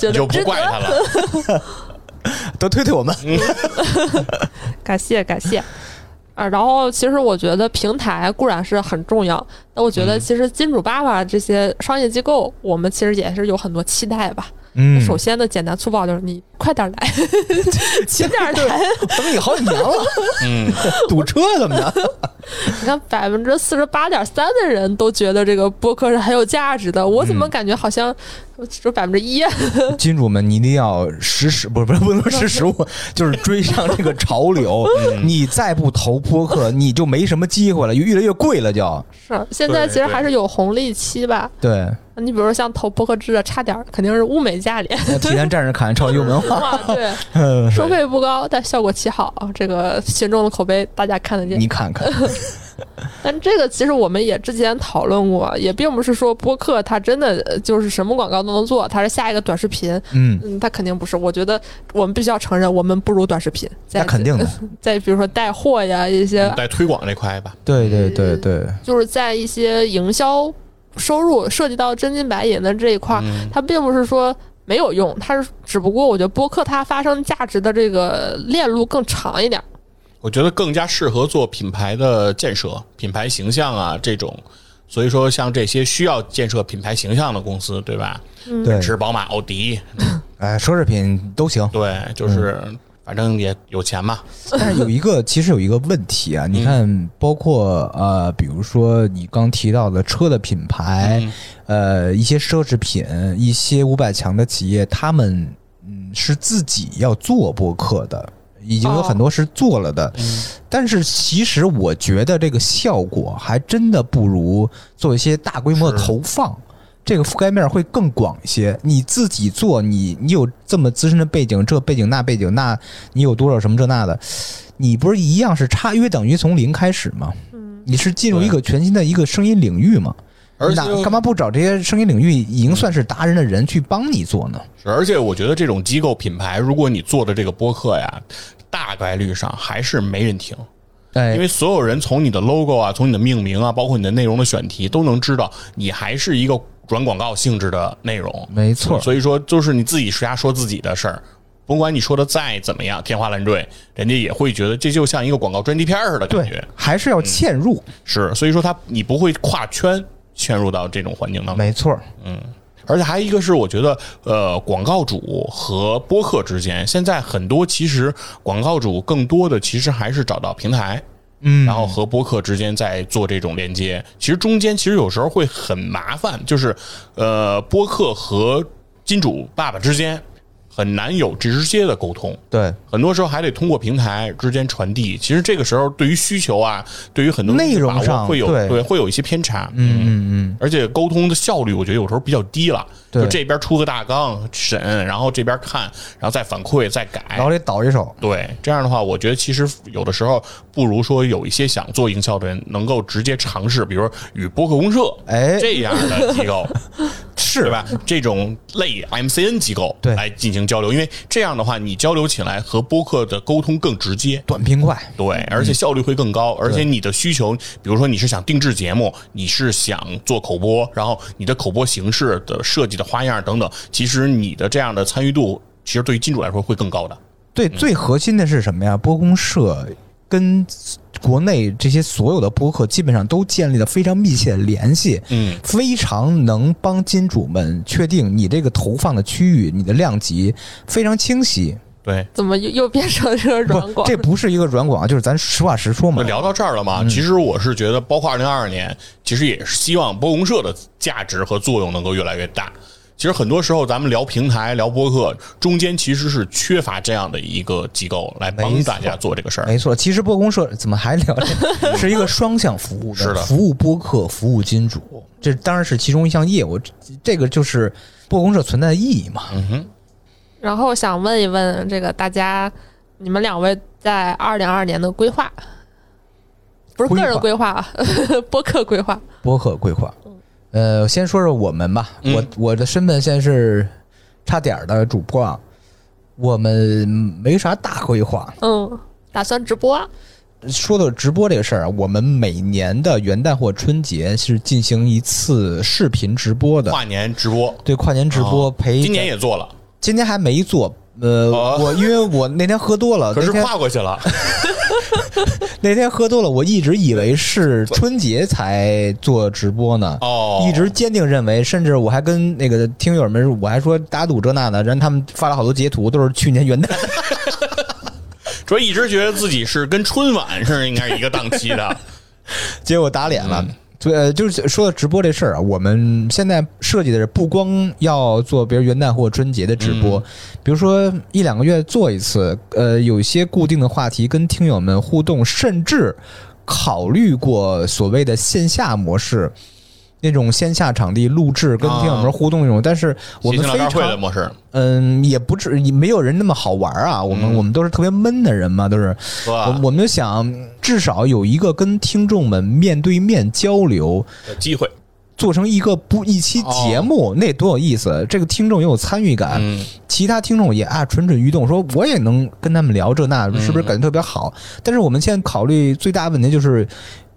[SPEAKER 1] 就觉
[SPEAKER 2] 你就
[SPEAKER 1] 得
[SPEAKER 2] 不
[SPEAKER 1] 值
[SPEAKER 2] 怪
[SPEAKER 1] 得，
[SPEAKER 2] 他
[SPEAKER 1] *laughs*
[SPEAKER 2] 了。
[SPEAKER 3] 多推推我们。
[SPEAKER 1] 感谢感谢。啊，然后其实我觉得平台固然是很重要，但我觉
[SPEAKER 3] 嗯
[SPEAKER 1] 得其实金主爸爸这些商业机构，我们其实也是有很多期待吧。
[SPEAKER 3] 嗯，
[SPEAKER 1] 首先呢，简单粗暴就是你快点来， *laughs* 勤点来。
[SPEAKER 3] 等你好几年了，
[SPEAKER 2] 嗯，
[SPEAKER 3] 堵车怎么的？
[SPEAKER 1] 你看百分之四十八点三的人都觉得这个播客是很有价值的，我怎
[SPEAKER 3] 嗯
[SPEAKER 1] 么感觉好像只有百分之一？
[SPEAKER 3] *laughs*
[SPEAKER 1] 啊
[SPEAKER 3] *laughs* 金主们，你一定要识时，不是不是不能识时务，就是追上这个潮流。 *laughs* 你再不投播客，你就没什么机会了，越来越贵了就。
[SPEAKER 1] 是，现在
[SPEAKER 2] 对
[SPEAKER 1] 其实
[SPEAKER 2] 对
[SPEAKER 1] 还是有红利期吧。
[SPEAKER 3] 对，
[SPEAKER 1] 你比如说像投播客制的，差点儿肯定是物美价
[SPEAKER 3] *laughs*
[SPEAKER 1] 廉。
[SPEAKER 3] 那提前站着砍超级文化，
[SPEAKER 1] 哇，对，*laughs*
[SPEAKER 3] 嗯 *laughs*
[SPEAKER 1] 收费不高，但效果奇好，这个群众的口碑大家看得见
[SPEAKER 3] 你。看看，
[SPEAKER 1] 但这个其实我们也之前讨论过，也并不是说播客它真的呃就是什么广告都能做，它是下一个短视频。 *laughs*
[SPEAKER 3] 嗯，
[SPEAKER 1] 嗯，它肯定不是。我觉得我们必须要承认，我们不如短视频。在
[SPEAKER 3] 那肯定的。
[SPEAKER 1] 再比如说带货呀，一些
[SPEAKER 2] 在推广这块吧，
[SPEAKER 3] 对对对对，
[SPEAKER 1] 就是在一些营销收入涉及到真金白银的这一块儿，
[SPEAKER 2] 嗯
[SPEAKER 1] 它并不是说没有用，它是只不过我觉得播客它发生价值的这个链路更长一点儿。
[SPEAKER 2] 我觉得更加适合做品牌的建设、品牌形象啊这种。所以说，像这些需要建设品牌形象的公司，对吧？
[SPEAKER 3] 对
[SPEAKER 2] 奔驰、宝马、奥迪，
[SPEAKER 3] 哎，奢侈品都行。
[SPEAKER 2] 对，就是反正也有钱嘛，
[SPEAKER 3] *laughs* 但是有一个，其实有一个问题啊，你看，包括呃，比如说你刚提到的车的品牌，呃，一些奢侈品，一些五百强的企业，他们嗯是自己要做播客的，已经有
[SPEAKER 1] 哦
[SPEAKER 3] 很多是做了的，但是其实我觉得这个效果还真的不如做一些大规模的
[SPEAKER 2] 是
[SPEAKER 3] 投放。这个覆盖面会更广一些。你自己做，你你有这么资深的背景，这背景那背景，那你有多少什么这那的，你不是一样是差，因为等于从零开始嘛。你是进入一个全新的一个声音领域嘛？
[SPEAKER 2] 而且
[SPEAKER 3] 那干嘛不找这些声音领域已经算是达人的人去帮你做呢？
[SPEAKER 2] 是，而且我觉得这种机构品牌，如果你做的这个播客呀，大概率上还是没人听，
[SPEAKER 3] 哎
[SPEAKER 2] 因，为所有人从你的 logo 啊，从你的命名啊，包括你的内容的选题，都能知道你还是一个软广告性质的内容。
[SPEAKER 3] 没错，
[SPEAKER 2] 所以说，就是你自己瞎说自己的事儿，甭管你说的再怎么样天花乱坠，人家也会觉得这就像一个广告专题片儿似的感
[SPEAKER 3] 对
[SPEAKER 2] 觉。，嗯
[SPEAKER 3] 还是要嵌入，
[SPEAKER 2] 是，所以说他你不会跨圈嵌入到这种环境当中。
[SPEAKER 3] 没错，
[SPEAKER 2] 而且还有一个是，我觉得呃，广告主和播客之间，现在很多其实广告主更多的其实还是找到平台，
[SPEAKER 3] 嗯
[SPEAKER 2] 然后和播客之间在做这种连接。其实中间其实有时候会很麻烦，就是呃，播客和金主爸爸之间很难有直接的沟通。
[SPEAKER 3] 对，
[SPEAKER 2] 很多时候还得通过平台之间传递，其实这个时候对于需求啊，对于很多
[SPEAKER 3] 内容
[SPEAKER 2] 把握
[SPEAKER 3] 上
[SPEAKER 2] 会有
[SPEAKER 3] 对
[SPEAKER 2] 会有一些偏差，
[SPEAKER 3] 嗯嗯嗯，
[SPEAKER 2] 而且沟通的效率，我觉得有时候比较低了。
[SPEAKER 3] 对
[SPEAKER 2] 就这边出个大纲审，然后这边看，然后再反馈，再
[SPEAKER 3] 然
[SPEAKER 2] 改。
[SPEAKER 3] 后得倒一手，
[SPEAKER 2] 对，这样的话，我觉得其实有的时候不如说有一些想做营销的人能够直接尝试，比如说与播客公社
[SPEAKER 3] 哎，
[SPEAKER 2] 这样的机构，
[SPEAKER 3] *laughs* 是
[SPEAKER 2] 对吧？这种类 MCN 机构
[SPEAKER 3] 对
[SPEAKER 2] 来进行交流，因为这样的话，你交流起来和播客的沟通更直接。
[SPEAKER 3] 短平快，
[SPEAKER 2] 对，而且效率会更高，而且你的需求，比如说你是想定制节目，你是想做口播，然后你的口播形式的设计的花样等等，其实你的这样的参与度，其实对于金主来说会更高的。
[SPEAKER 3] 对，最核心的是什么呀？播公社跟国内这些所有的播客基本上都建立了非常密切的联系，
[SPEAKER 2] 嗯，
[SPEAKER 3] 非常能帮金主们确定你这个投放的区域、你的量级非常清晰。
[SPEAKER 2] 对。
[SPEAKER 1] 怎么又又变成这个软
[SPEAKER 3] 不，
[SPEAKER 1] 广？
[SPEAKER 3] 这不是一个软
[SPEAKER 2] *laughs*
[SPEAKER 3] 广，啊就是咱实话实说
[SPEAKER 2] 那
[SPEAKER 3] 嘛。
[SPEAKER 2] 聊到这儿了
[SPEAKER 3] 嗯
[SPEAKER 2] 嘛？其实我是觉得，包括二零二二年，其实也是希望播公社的价值和作用能够越来越大。其实很多时候，咱们聊平台、聊播客，中间其实是缺乏这样的一个机构来帮
[SPEAKER 3] 没错
[SPEAKER 2] 大家做这个事儿。
[SPEAKER 3] 没错，其实播公社怎么还聊
[SPEAKER 2] *laughs*
[SPEAKER 3] 这个？是一个双向服务
[SPEAKER 2] 是的
[SPEAKER 3] 服务播客，服务金主，这当然是其中一项业务。这这个就是播公社存在的意义嘛。
[SPEAKER 2] 嗯哼，
[SPEAKER 1] 然后想问一问这个大家，你们两位在二零二年的规划，不是个
[SPEAKER 3] 规划
[SPEAKER 1] 人规划啊， *laughs* 播客规划。
[SPEAKER 3] 播客规划。呃，先说说我们吧，
[SPEAKER 2] 嗯
[SPEAKER 3] 我我的身份现在是差点儿的主播啊，我们没啥大规划。
[SPEAKER 1] 嗯，打算直播。
[SPEAKER 3] 说到直播这个事儿啊，我们每年的元旦或春节是进行一次视频直播的，
[SPEAKER 2] 跨年直播，
[SPEAKER 3] 对跨年直播
[SPEAKER 2] 哦
[SPEAKER 3] 陪。
[SPEAKER 2] 今年也做了，
[SPEAKER 3] 今年还没做。呃，
[SPEAKER 2] 哦
[SPEAKER 3] 我因为我那天喝多了，
[SPEAKER 2] 可是
[SPEAKER 3] 那啊天
[SPEAKER 2] 跨过去了。
[SPEAKER 3] 那天喝多了，我一直以为是春节才做直播呢。
[SPEAKER 2] 哦，
[SPEAKER 3] 一直坚定认为，甚至我还跟那个听友们，我还说打赌这那的，让他们发了好多截图，都是去年
[SPEAKER 2] *laughs*
[SPEAKER 3] 元旦。
[SPEAKER 2] 主要一直觉得自己是跟春晚是应该是一个档期的。
[SPEAKER 3] 结果打脸了。
[SPEAKER 2] 嗯
[SPEAKER 3] 对，呃就是说到直播这事儿啊，我们现在设计的是不光要做，比如元旦或春节的直
[SPEAKER 2] 嗯
[SPEAKER 3] 播，比如说一两个月做一次，呃，有一些固定的话题跟听友们互动，甚至考虑过所谓的线下模式，那种线下场地录制跟听友们互动那种，但是 *laughs* 我们
[SPEAKER 2] 啊新
[SPEAKER 3] 非
[SPEAKER 2] 老大会
[SPEAKER 3] 常
[SPEAKER 2] 的模式，
[SPEAKER 3] 嗯，也不至也没有人那么好玩啊。我们、
[SPEAKER 2] 嗯啊
[SPEAKER 3] 我们都是特别闷的人嘛，都是。
[SPEAKER 2] 是吧
[SPEAKER 3] 我？我们就想，至少有一个跟听众们面对面交流，
[SPEAKER 2] 有机会，
[SPEAKER 3] 做成一个不一期节目，那多有意思！这个听众也有参与感，
[SPEAKER 2] 哦嗯，
[SPEAKER 3] 其他听众也啊蠢蠢欲动，说我也能跟他们聊这那，是不是感觉特别好？
[SPEAKER 2] 嗯
[SPEAKER 3] 但是我们现在考虑最大问题就是，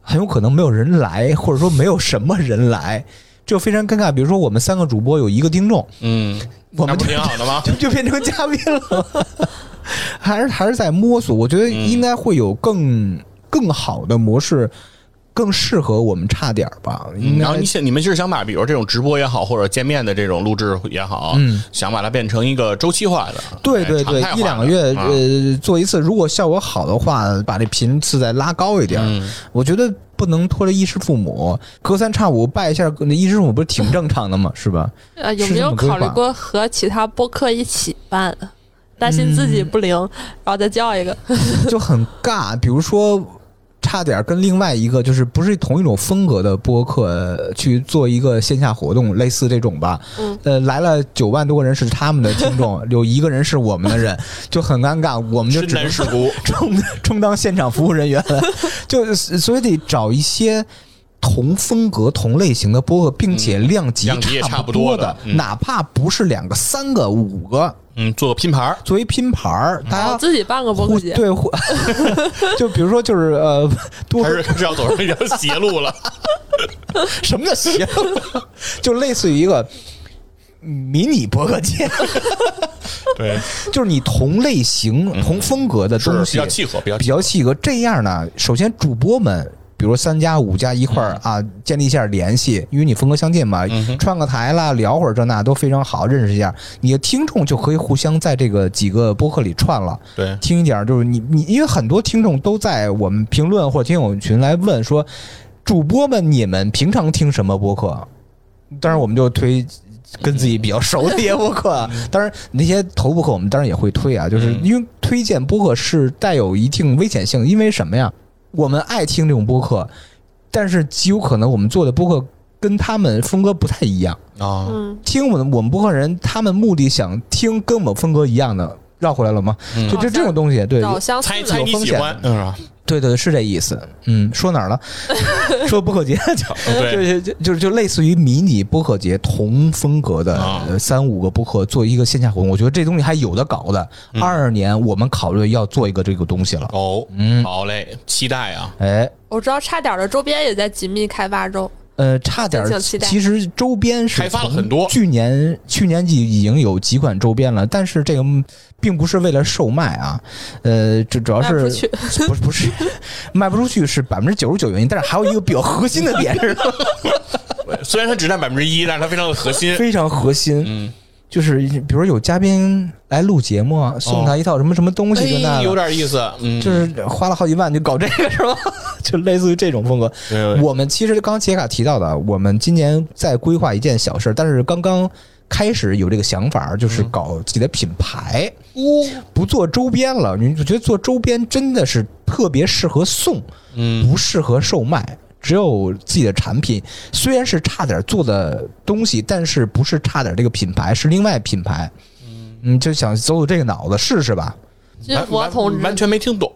[SPEAKER 3] 很有可能没有人来，或者说没有什么人来，就非常尴尬。比如说我们三个主播有一个听众，
[SPEAKER 2] 嗯，
[SPEAKER 3] 我
[SPEAKER 2] 那
[SPEAKER 3] 们
[SPEAKER 2] 不
[SPEAKER 3] 就
[SPEAKER 2] 挺好的
[SPEAKER 3] *laughs*
[SPEAKER 2] 吗？
[SPEAKER 3] 就就变成嘉宾 *laughs* 了，
[SPEAKER 2] 嗯
[SPEAKER 3] 还是还是在摸索。我觉得应该会有更更好的模式，更适合我们差点儿吧。应该
[SPEAKER 2] 然后嗯你想，你们就是想把，比如这种直播也好，或者见面的这种录制也好，
[SPEAKER 3] 嗯
[SPEAKER 2] 想把它变成一个周期化的，
[SPEAKER 3] 对
[SPEAKER 2] 哎
[SPEAKER 3] 对
[SPEAKER 2] 常
[SPEAKER 3] 对
[SPEAKER 2] 态化，的
[SPEAKER 3] 一两个月
[SPEAKER 2] 啊
[SPEAKER 3] 呃做一次，如果效果好的话，把这频次再拉高一点儿。
[SPEAKER 2] 嗯
[SPEAKER 3] 我觉得不能拖着衣食父母，隔三差五拜一下那衣食父母，不是挺正常的吗？ *laughs* 是吧？
[SPEAKER 1] 呃，有
[SPEAKER 3] 是
[SPEAKER 1] 没
[SPEAKER 3] 这
[SPEAKER 1] 有
[SPEAKER 3] 么规
[SPEAKER 1] 考虑
[SPEAKER 3] 划
[SPEAKER 1] 过和其他播客一起办？担心自
[SPEAKER 3] 嗯
[SPEAKER 1] 己不灵，然后再叫一个。
[SPEAKER 3] 就很尬。比如说，差点跟另外一个就是不是同一种风格的播客呃去做一个线下活动，类似这种吧。
[SPEAKER 1] 嗯
[SPEAKER 3] 呃，来了九万多个人是他们的听众，有一个人是我们的人，就很尴尬。我们就
[SPEAKER 2] 深
[SPEAKER 3] 只能
[SPEAKER 2] 南是孤，
[SPEAKER 3] *laughs* 充充当现场服务人员，就所以得找一些。同风格、同类型的播客，并且量级
[SPEAKER 2] 嗯量级也
[SPEAKER 3] 差
[SPEAKER 2] 差
[SPEAKER 3] 不
[SPEAKER 2] 不
[SPEAKER 3] 多
[SPEAKER 2] 多
[SPEAKER 3] 的
[SPEAKER 2] 的，嗯
[SPEAKER 3] 哪怕不是两个、三个、五个，
[SPEAKER 2] 嗯，做个拼盘儿，
[SPEAKER 3] 作为拼盘儿，
[SPEAKER 2] 嗯
[SPEAKER 3] 大
[SPEAKER 1] 我
[SPEAKER 3] 家
[SPEAKER 1] 哦自己办个播
[SPEAKER 3] 互
[SPEAKER 1] 客节，
[SPEAKER 3] 对互， *laughs* 就比如说就是呃，多
[SPEAKER 2] 还是还是要走上一条
[SPEAKER 3] *laughs*
[SPEAKER 2] 邪路了。
[SPEAKER 3] 什么叫邪 *laughs* 恶？就类似于一个迷你播客节，
[SPEAKER 2] 对，
[SPEAKER 3] *laughs* 就是你同类型、同风格的
[SPEAKER 2] 嗯是
[SPEAKER 3] 呃东
[SPEAKER 2] 比
[SPEAKER 3] 西
[SPEAKER 2] 较契合，比较
[SPEAKER 3] 比
[SPEAKER 2] 契合
[SPEAKER 3] 较契合。这样呢，首先主播们。比如三家五家一块儿
[SPEAKER 2] 嗯
[SPEAKER 3] 啊，建立一下联系，因为你风格相近嘛，串个台啦，聊会儿这那都非常好，认识一下。你的听众就可以互相在这个几个播客里串了，
[SPEAKER 2] 对，
[SPEAKER 3] 听一点儿，就是你你，因为很多听众都在我们评论或者听友群来问说，主播们你们平常听什么播客？当然我们就推跟自己比较熟的一些 *laughs* 播客啊，当然那些头播客我们当然也会推啊，就是因为推荐播客是带有一定危险性，因为什么呀？我们爱听这种播客，但是极有可能我们做的播客跟他们风格不太一样。
[SPEAKER 2] 啊，
[SPEAKER 1] 嗯，
[SPEAKER 3] 听我们我们播客人，他们目的想听跟我们风格一样的，绕回来了吗？
[SPEAKER 2] 嗯
[SPEAKER 3] 就这这种东西，对，
[SPEAKER 1] 找相似
[SPEAKER 2] 猜猜
[SPEAKER 1] 的
[SPEAKER 2] 你
[SPEAKER 3] 有风
[SPEAKER 2] 喜
[SPEAKER 3] 险
[SPEAKER 2] 欢，嗯，
[SPEAKER 3] 对对，是这意思。嗯，说哪儿了？说播客节，就
[SPEAKER 2] 对，
[SPEAKER 3] 就就就就类似于迷你播客节同风格的
[SPEAKER 2] 啊
[SPEAKER 3] 呃三五个播客做一个线下活动，我觉得这东西还有的搞的。
[SPEAKER 2] 嗯
[SPEAKER 3] 二二年我们考虑要做一个这个东西了。
[SPEAKER 2] 哦，
[SPEAKER 3] 嗯，
[SPEAKER 2] 好嘞，期待啊，
[SPEAKER 3] 哎，
[SPEAKER 1] 我知道差点儿的周边也在紧密开发中。
[SPEAKER 3] 呃，差点
[SPEAKER 1] 敬
[SPEAKER 3] 儿，
[SPEAKER 1] 请期待
[SPEAKER 3] 其实周边是
[SPEAKER 2] 开发了
[SPEAKER 3] 从
[SPEAKER 2] 很多
[SPEAKER 3] 去年去年季已经有几款周边了，但是这个并不是为了售卖啊，呃，这主要
[SPEAKER 1] 卖
[SPEAKER 3] 是
[SPEAKER 1] 不出去，
[SPEAKER 3] *laughs* 不是不是卖不出去是百分之九十九原因，但是还有一个比较核心的
[SPEAKER 2] *laughs*
[SPEAKER 3] 点是
[SPEAKER 2] 虽然它只占百分之一，但是它非常的核心。
[SPEAKER 3] 非常核心，
[SPEAKER 2] 嗯，
[SPEAKER 3] 就是比如有嘉宾来录节目啊，送他一套什么什么东西这那
[SPEAKER 2] 哦哎有
[SPEAKER 3] 的，
[SPEAKER 2] 点意思，嗯，
[SPEAKER 3] 就是花了好几万就搞这个是吧？ *laughs* 就类似于这种风格。
[SPEAKER 2] 对
[SPEAKER 3] 我们其实刚刚杰卡提到的，我们今年在规划一件小事儿，但是刚刚开始有这个想法，就是搞自己的品牌，不做周边了。你我觉得做周边真的是特别适合送，
[SPEAKER 2] 嗯
[SPEAKER 3] 不适合售卖。只有自己的产品，虽然是差点做的东西，但是不是差点这个品牌，是另外品牌。嗯，就想走走这个脑子试试吧。
[SPEAKER 1] 金
[SPEAKER 2] 完
[SPEAKER 1] 佛
[SPEAKER 2] 完
[SPEAKER 1] 同志
[SPEAKER 2] 完全没听懂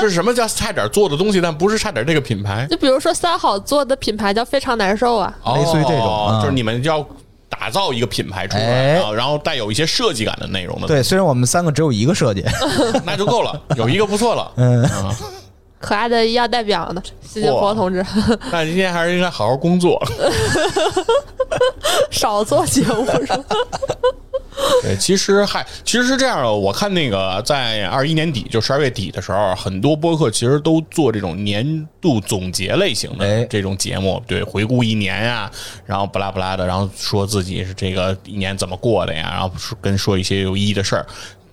[SPEAKER 2] 是什么叫差点做的东西，但不是差点这个品牌，
[SPEAKER 1] 就比如说三好做的品牌叫非常难受啊，
[SPEAKER 3] *laughs* 类似于这种
[SPEAKER 2] 哦
[SPEAKER 3] 嗯
[SPEAKER 2] 就是你们要打造一个品牌出
[SPEAKER 3] 哎
[SPEAKER 2] 来，啊，然后带有一些设计感的内容的，
[SPEAKER 3] 对，虽然我们三个只有一个设计，
[SPEAKER 2] 那就够了，有一个不错了。
[SPEAKER 3] 嗯，
[SPEAKER 2] 啊，
[SPEAKER 1] 可爱的医药代表呢，金佛
[SPEAKER 2] 哇
[SPEAKER 1] 同志 *laughs*
[SPEAKER 2] 那今天还是应该好好工作。
[SPEAKER 1] 少做节目是
[SPEAKER 2] *laughs*
[SPEAKER 1] 吧？
[SPEAKER 2] 对，其实还其实是这样的，我看那个在二一年底，就十二月底的时候，很多播客其实都做这种年度总结类型
[SPEAKER 3] 哎
[SPEAKER 2] 的这种节目，对，回顾一年呀、然后不拉不拉的，然后说自己是这个一年怎么过的呀，然后说跟说一些有意义的事儿。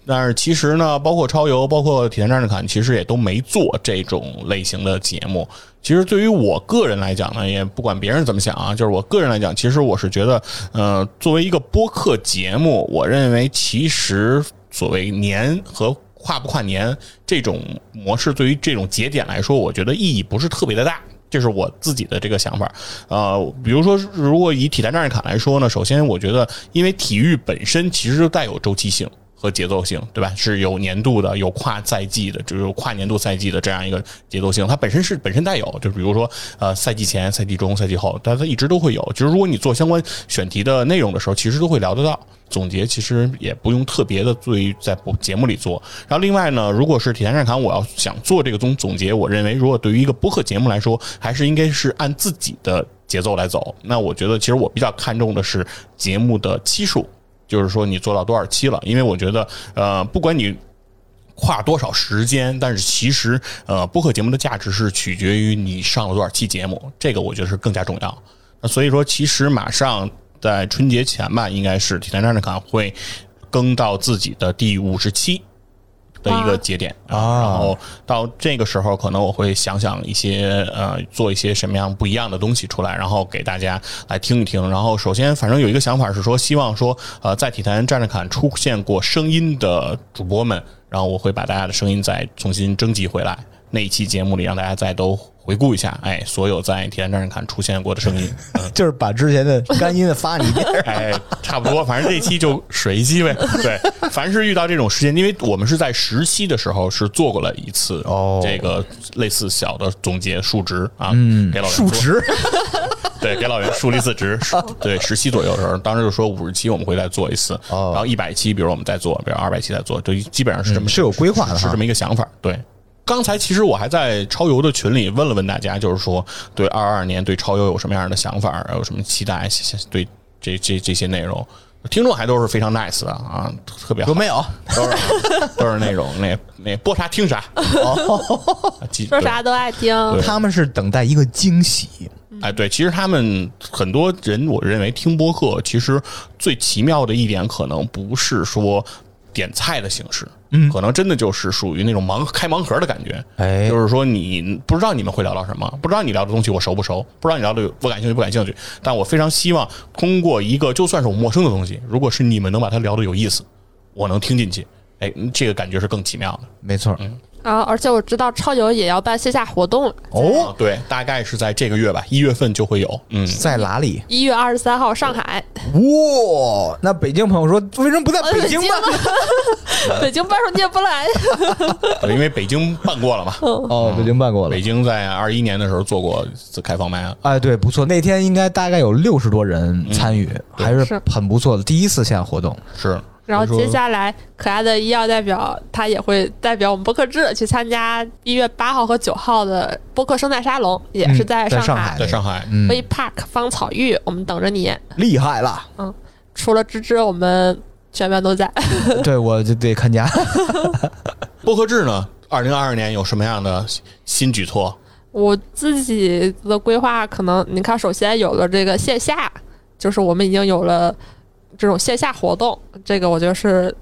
[SPEAKER 2] 但是其实呢，包括超游，包括铁拳战士侃，其实也都没做这种类型的节目。其实对于我个人来讲呢，也不管别人怎么想啊，就是我个人来讲，其实我是觉得，呃，作为一个播客节目，我认为其实所谓年和跨不跨年这种模式，对于这种节点来说，我觉得意义不是特别的大。这是我自己的这个想法，呃，比如说，如果以体坛战士卡来说呢，首先我觉得，因为体育本身其实就带有周期性和节奏性，对吧？是有年度的，有跨赛季的，就是有跨年度赛季的这样一个节奏性，它本身是本身带有，就是比如说，呃，赛季前、赛季中、赛季后，但它一直都会有。就是如果你做相关选题的内容的时候，其实都会聊得到。总结其实也不用特别的对于在节目里做。然后另外呢，如果是体坛战侃，我要想做这个总总结，我认为如果对于一个播客节目来说，还是应该是按自己的节奏来走。那我觉得其实我比较看重的是节目的期数，就是说你做到多少期了，因为我觉得呃，不管你。跨多少时间，但是其实呃，播客节目的价值是取决于你上了多少期节目，这个我觉得是更加重要。那所以说，其实马上在春节前吧，应该是体坛战士卡会更到自己的第五十期。的一个节点
[SPEAKER 3] 啊
[SPEAKER 2] 然后到这个时候，可能我会想想一些呃，做一些什么样不一样的东西出来，然后给大家来听一听。然后首先，反正有一个想法是说，希望说呃，在体坛站着侃出现过声音的主播们，然后我会把大家的声音再重新征集回来，那一期节目里让大家再都回顾一下，哎，所有在体坛站着侃出现过的声音。嗯
[SPEAKER 3] *laughs* 就是把之前的干音发 *laughs* 你一遍。
[SPEAKER 2] *laughs* 哎，差不多，反正这期就水一期呗。对，凡是遇到这种事件，因为我们是在十期的时候是做过了一次
[SPEAKER 3] 哦
[SPEAKER 2] 这个类似小的总结数值啊，
[SPEAKER 3] 嗯
[SPEAKER 2] 给老，袁
[SPEAKER 3] 数
[SPEAKER 2] 说，
[SPEAKER 3] 值，
[SPEAKER 2] *laughs* 对，给老袁树立一次值，十对，十期左右的时候，当时就说五十期我们会再做一次，
[SPEAKER 3] 哦嗯
[SPEAKER 2] 然后一百期，比如我们再做，比如二百期再做，就基本上是这么
[SPEAKER 3] 是有规划的
[SPEAKER 2] 是
[SPEAKER 3] 哈
[SPEAKER 2] 这。么一个想法。对，刚才其实我还在超游的群里问了问大家，就是说对二二年对超游有什么样的想法，有什么期待，对这这这些内容。听众还都是非常 nice 的啊，特别好
[SPEAKER 3] 有，没有？
[SPEAKER 2] 都是都是那种那那播啥听啥，
[SPEAKER 3] 哦
[SPEAKER 2] 啊记
[SPEAKER 1] 说啥都爱听。
[SPEAKER 2] 对
[SPEAKER 3] 他们是等待一个惊喜，
[SPEAKER 2] 哎，对，其实他们很多人，我认为听播客其实最奇妙的一点，可能不是说点菜的形式，嗯，可能真的就是属于那种盲开盲盒的感觉，
[SPEAKER 3] 哎
[SPEAKER 2] 就是说你不知道你们会聊到什么，不知道你聊的东西我熟不熟，不知道你聊的我感兴趣不感兴趣，但我非常希望通过一个就算是我陌生的东西，如果是你们能把它聊得有意思，我能听进去，哎，这个感觉是更奇妙的。
[SPEAKER 3] 没错。
[SPEAKER 1] 啊，而且我知道超游也要办线下活动了，
[SPEAKER 3] 哦，
[SPEAKER 2] 对，大概是在这个月吧，一月份就会有，嗯，
[SPEAKER 3] 在哪里？
[SPEAKER 1] 一月二十三号上海，
[SPEAKER 3] 哇，那北京朋友说，为什么不在北京
[SPEAKER 1] *laughs*
[SPEAKER 3] 办？
[SPEAKER 1] 北京办时候你也不来，
[SPEAKER 2] 对因为北京办过了嘛，
[SPEAKER 3] *laughs* 哦，北京办过了
[SPEAKER 2] 北。京在二一年的时候做过一次开放麦，啊
[SPEAKER 3] 哎，对，不错，那天应该大概有六十多人参与，还是
[SPEAKER 1] 是
[SPEAKER 3] 很不错的，第一次线下活动。
[SPEAKER 2] 是。
[SPEAKER 1] 然后
[SPEAKER 2] 所以
[SPEAKER 1] 接
[SPEAKER 2] 说
[SPEAKER 1] 下来可爱的医药代表他也会代表我们播客制去参加一月八号和九号的播客生态沙龙，也是在
[SPEAKER 3] 在上
[SPEAKER 1] 海
[SPEAKER 3] 海
[SPEAKER 2] 嗯在上海，
[SPEAKER 3] 嗯，
[SPEAKER 1] V Park 芳草玉，我们等着你。
[SPEAKER 3] 厉害了，
[SPEAKER 1] 除了芝芝，我们全员都在。
[SPEAKER 3] *laughs*
[SPEAKER 1] *laughs*
[SPEAKER 3] 对我就得看家。
[SPEAKER 2] 播客制呢，二零二二年有什么样的新举措？
[SPEAKER 1] 我自己的规划可能，你看，首先有了这个线下，就是我们已经有了这种线下活动，这个我觉得是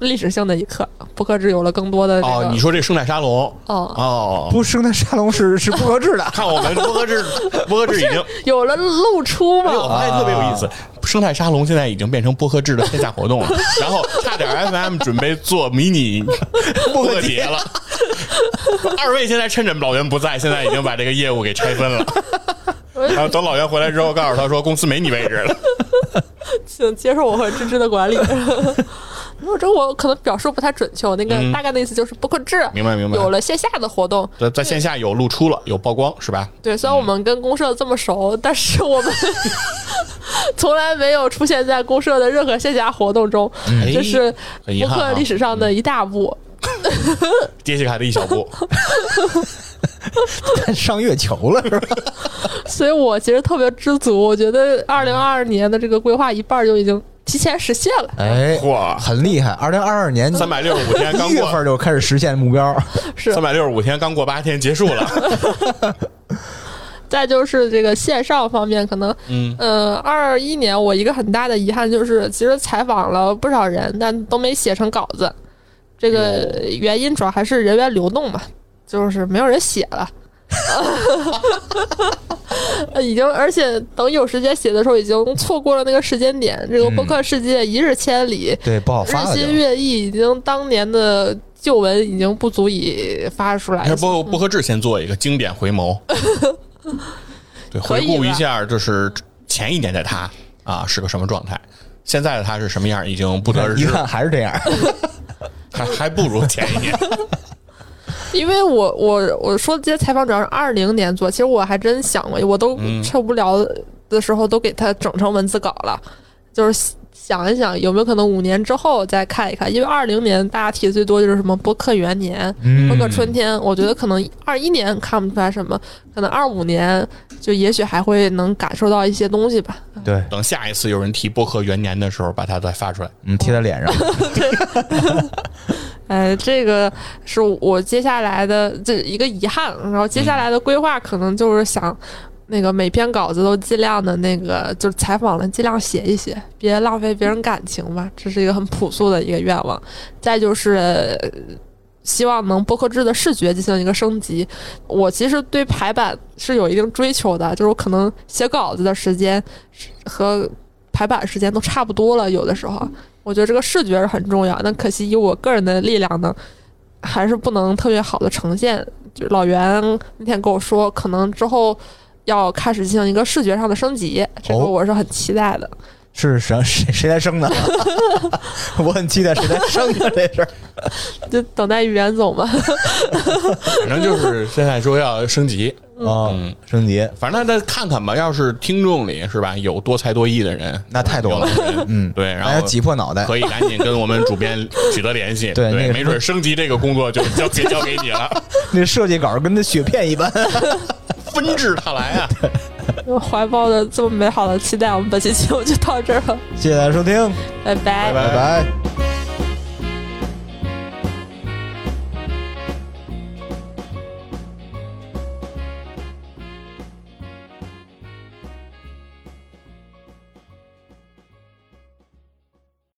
[SPEAKER 1] 历史性的一刻。播客制有了更多的这个，
[SPEAKER 2] 哦，你说这生态沙龙，
[SPEAKER 1] 哦，
[SPEAKER 2] 哦，。
[SPEAKER 3] *laughs* 不，生态沙龙 *laughs* 是是不合适的
[SPEAKER 2] 看我们播
[SPEAKER 1] *laughs*
[SPEAKER 2] 客制，播客制已经，
[SPEAKER 1] 有了露出
[SPEAKER 2] 哎呦，我
[SPEAKER 1] 嘛，
[SPEAKER 2] 发现特别有意思，生态沙龙现在已经变成播客制的线下活
[SPEAKER 1] *laughs*
[SPEAKER 2] 动了，然后差点 FM 准备做迷你播客节
[SPEAKER 1] *laughs*
[SPEAKER 2] 了。二位现在趁着老袁不在，现在已经把这个业务给拆
[SPEAKER 1] *laughs*
[SPEAKER 2] 分了。然后等老袁回来之后，告诉他说公司没你位置了。
[SPEAKER 1] 请接受我和芝芝的管理。我这我可能表述不太准确，我那个
[SPEAKER 2] 嗯
[SPEAKER 1] 大概的意思就是播客制
[SPEAKER 2] 明白明白
[SPEAKER 1] 有了线下的活动，
[SPEAKER 2] 在在线下有露出了，有曝光是吧？
[SPEAKER 1] 对，虽然
[SPEAKER 2] 嗯
[SPEAKER 1] 我们跟公社这么熟，但是我们 *laughs* 从来没有出现在公社的任何线下活动中，
[SPEAKER 2] 嗯
[SPEAKER 1] 这是
[SPEAKER 2] 很遗
[SPEAKER 1] 博
[SPEAKER 2] 憾啊
[SPEAKER 1] 客历史上的一大步。
[SPEAKER 2] 杰西卡的一小
[SPEAKER 1] *laughs*
[SPEAKER 2] 步，
[SPEAKER 3] 上月球了是吧？
[SPEAKER 1] 所以我其实特别知足，我觉得二零二二年的这个规划一半儿就已经提前实现了。
[SPEAKER 3] 哎，
[SPEAKER 2] 嚯
[SPEAKER 3] 很厉害！二零二二年
[SPEAKER 2] 三百六十五天刚
[SPEAKER 3] 一月
[SPEAKER 2] 过，
[SPEAKER 3] 份就开始实现目标。
[SPEAKER 1] 是
[SPEAKER 2] 三，百六十五天刚过八天结束
[SPEAKER 1] *laughs*
[SPEAKER 2] 了。
[SPEAKER 1] 再就是这个线上方面，可能
[SPEAKER 2] 嗯，
[SPEAKER 1] 呃，二一年我一个很大的遗憾就是，其实采访了不少人，但都没写成稿子。这个原因主要还是人员流动嘛，就是没有人写了。 *laughs* 呃已经，而且等有时间写的时候，已经错过了那个时间点。这个播客世界一日千里，
[SPEAKER 3] 对，不好发
[SPEAKER 1] 日
[SPEAKER 3] 了
[SPEAKER 1] 新
[SPEAKER 3] 就。
[SPEAKER 1] 月异，已经当年的旧闻已经不足以发出来
[SPEAKER 2] 还。是播播客制先做一个经典回眸，
[SPEAKER 1] *laughs*
[SPEAKER 2] 对，
[SPEAKER 1] 可
[SPEAKER 2] 回
[SPEAKER 1] 以
[SPEAKER 2] 顾一
[SPEAKER 1] 吧
[SPEAKER 2] 下，就是前一年的他啊是个什么状态，现在的他是什么样，已经不得而
[SPEAKER 3] 一
[SPEAKER 2] 知，
[SPEAKER 3] 看还是这样，
[SPEAKER 2] 还还不如前一年。 *laughs*
[SPEAKER 1] 因为我我我说这些采访主要是二零年做，其实我还真想过，我都趁无聊的时候都给它整成文字稿了，就是想一想有没有可能五年之后再看一看，因为二零年大家提的最多就是什么播客元年、播客春天，我觉得可能二一年看不出来什么，可能二五年就也许还会能感受到一些东西吧。
[SPEAKER 3] 对，
[SPEAKER 2] 等下一次
[SPEAKER 3] 嗯
[SPEAKER 2] 有人提播客元年的时候，把它再发出来。
[SPEAKER 3] 嗯，贴在脸上。
[SPEAKER 1] 呃，这个是我接下来的这一个遗憾，然后接下来的规划可能就是想。那个每篇稿子都尽量的那个，就是采访了，尽量写一写，别浪费别人感情吧。这是一个很朴素的一个愿望。再就是呃希望能播客制的视觉进行一个升级。我其实对排版是有一定追求的，就是我可能写稿子的时间是和排版时间都差不多了，有的时候我觉得这个视觉是很重要。那可惜以我个人的力量呢，还是不能特别好的呈现。就老袁那天跟我说，可能之后要开始进行一个视觉上的升级，这个
[SPEAKER 3] 哦
[SPEAKER 1] 我是很期待的。
[SPEAKER 3] 是谁谁谁来生的？我很期待谁来生的这事儿。
[SPEAKER 1] 就等待语言总吧。
[SPEAKER 2] 反正就是现在说要升级，
[SPEAKER 3] 啊，
[SPEAKER 2] 嗯
[SPEAKER 3] 升级
[SPEAKER 2] 反正再看看吧。要是听众里是吧有多才多艺的人，
[SPEAKER 3] 那太多了
[SPEAKER 2] 有的人
[SPEAKER 3] 嗯
[SPEAKER 2] 对，
[SPEAKER 3] 大
[SPEAKER 2] 然
[SPEAKER 3] 家
[SPEAKER 2] 后
[SPEAKER 3] 挤破脑
[SPEAKER 2] *laughs*
[SPEAKER 3] 袋。
[SPEAKER 2] 可以赶紧跟我们主编取得联系，
[SPEAKER 3] 对那个
[SPEAKER 2] 没准升级这个工作就交
[SPEAKER 3] *laughs*
[SPEAKER 2] 给交给你了，
[SPEAKER 3] 那设计稿跟那雪片一般。
[SPEAKER 2] 纷至沓来啊。
[SPEAKER 1] 我 *laughs* 怀抱着这么美好的期待，我们本期节目就到这儿了，
[SPEAKER 3] 谢谢大家收听，
[SPEAKER 1] 拜拜
[SPEAKER 2] 拜
[SPEAKER 3] 拜拜。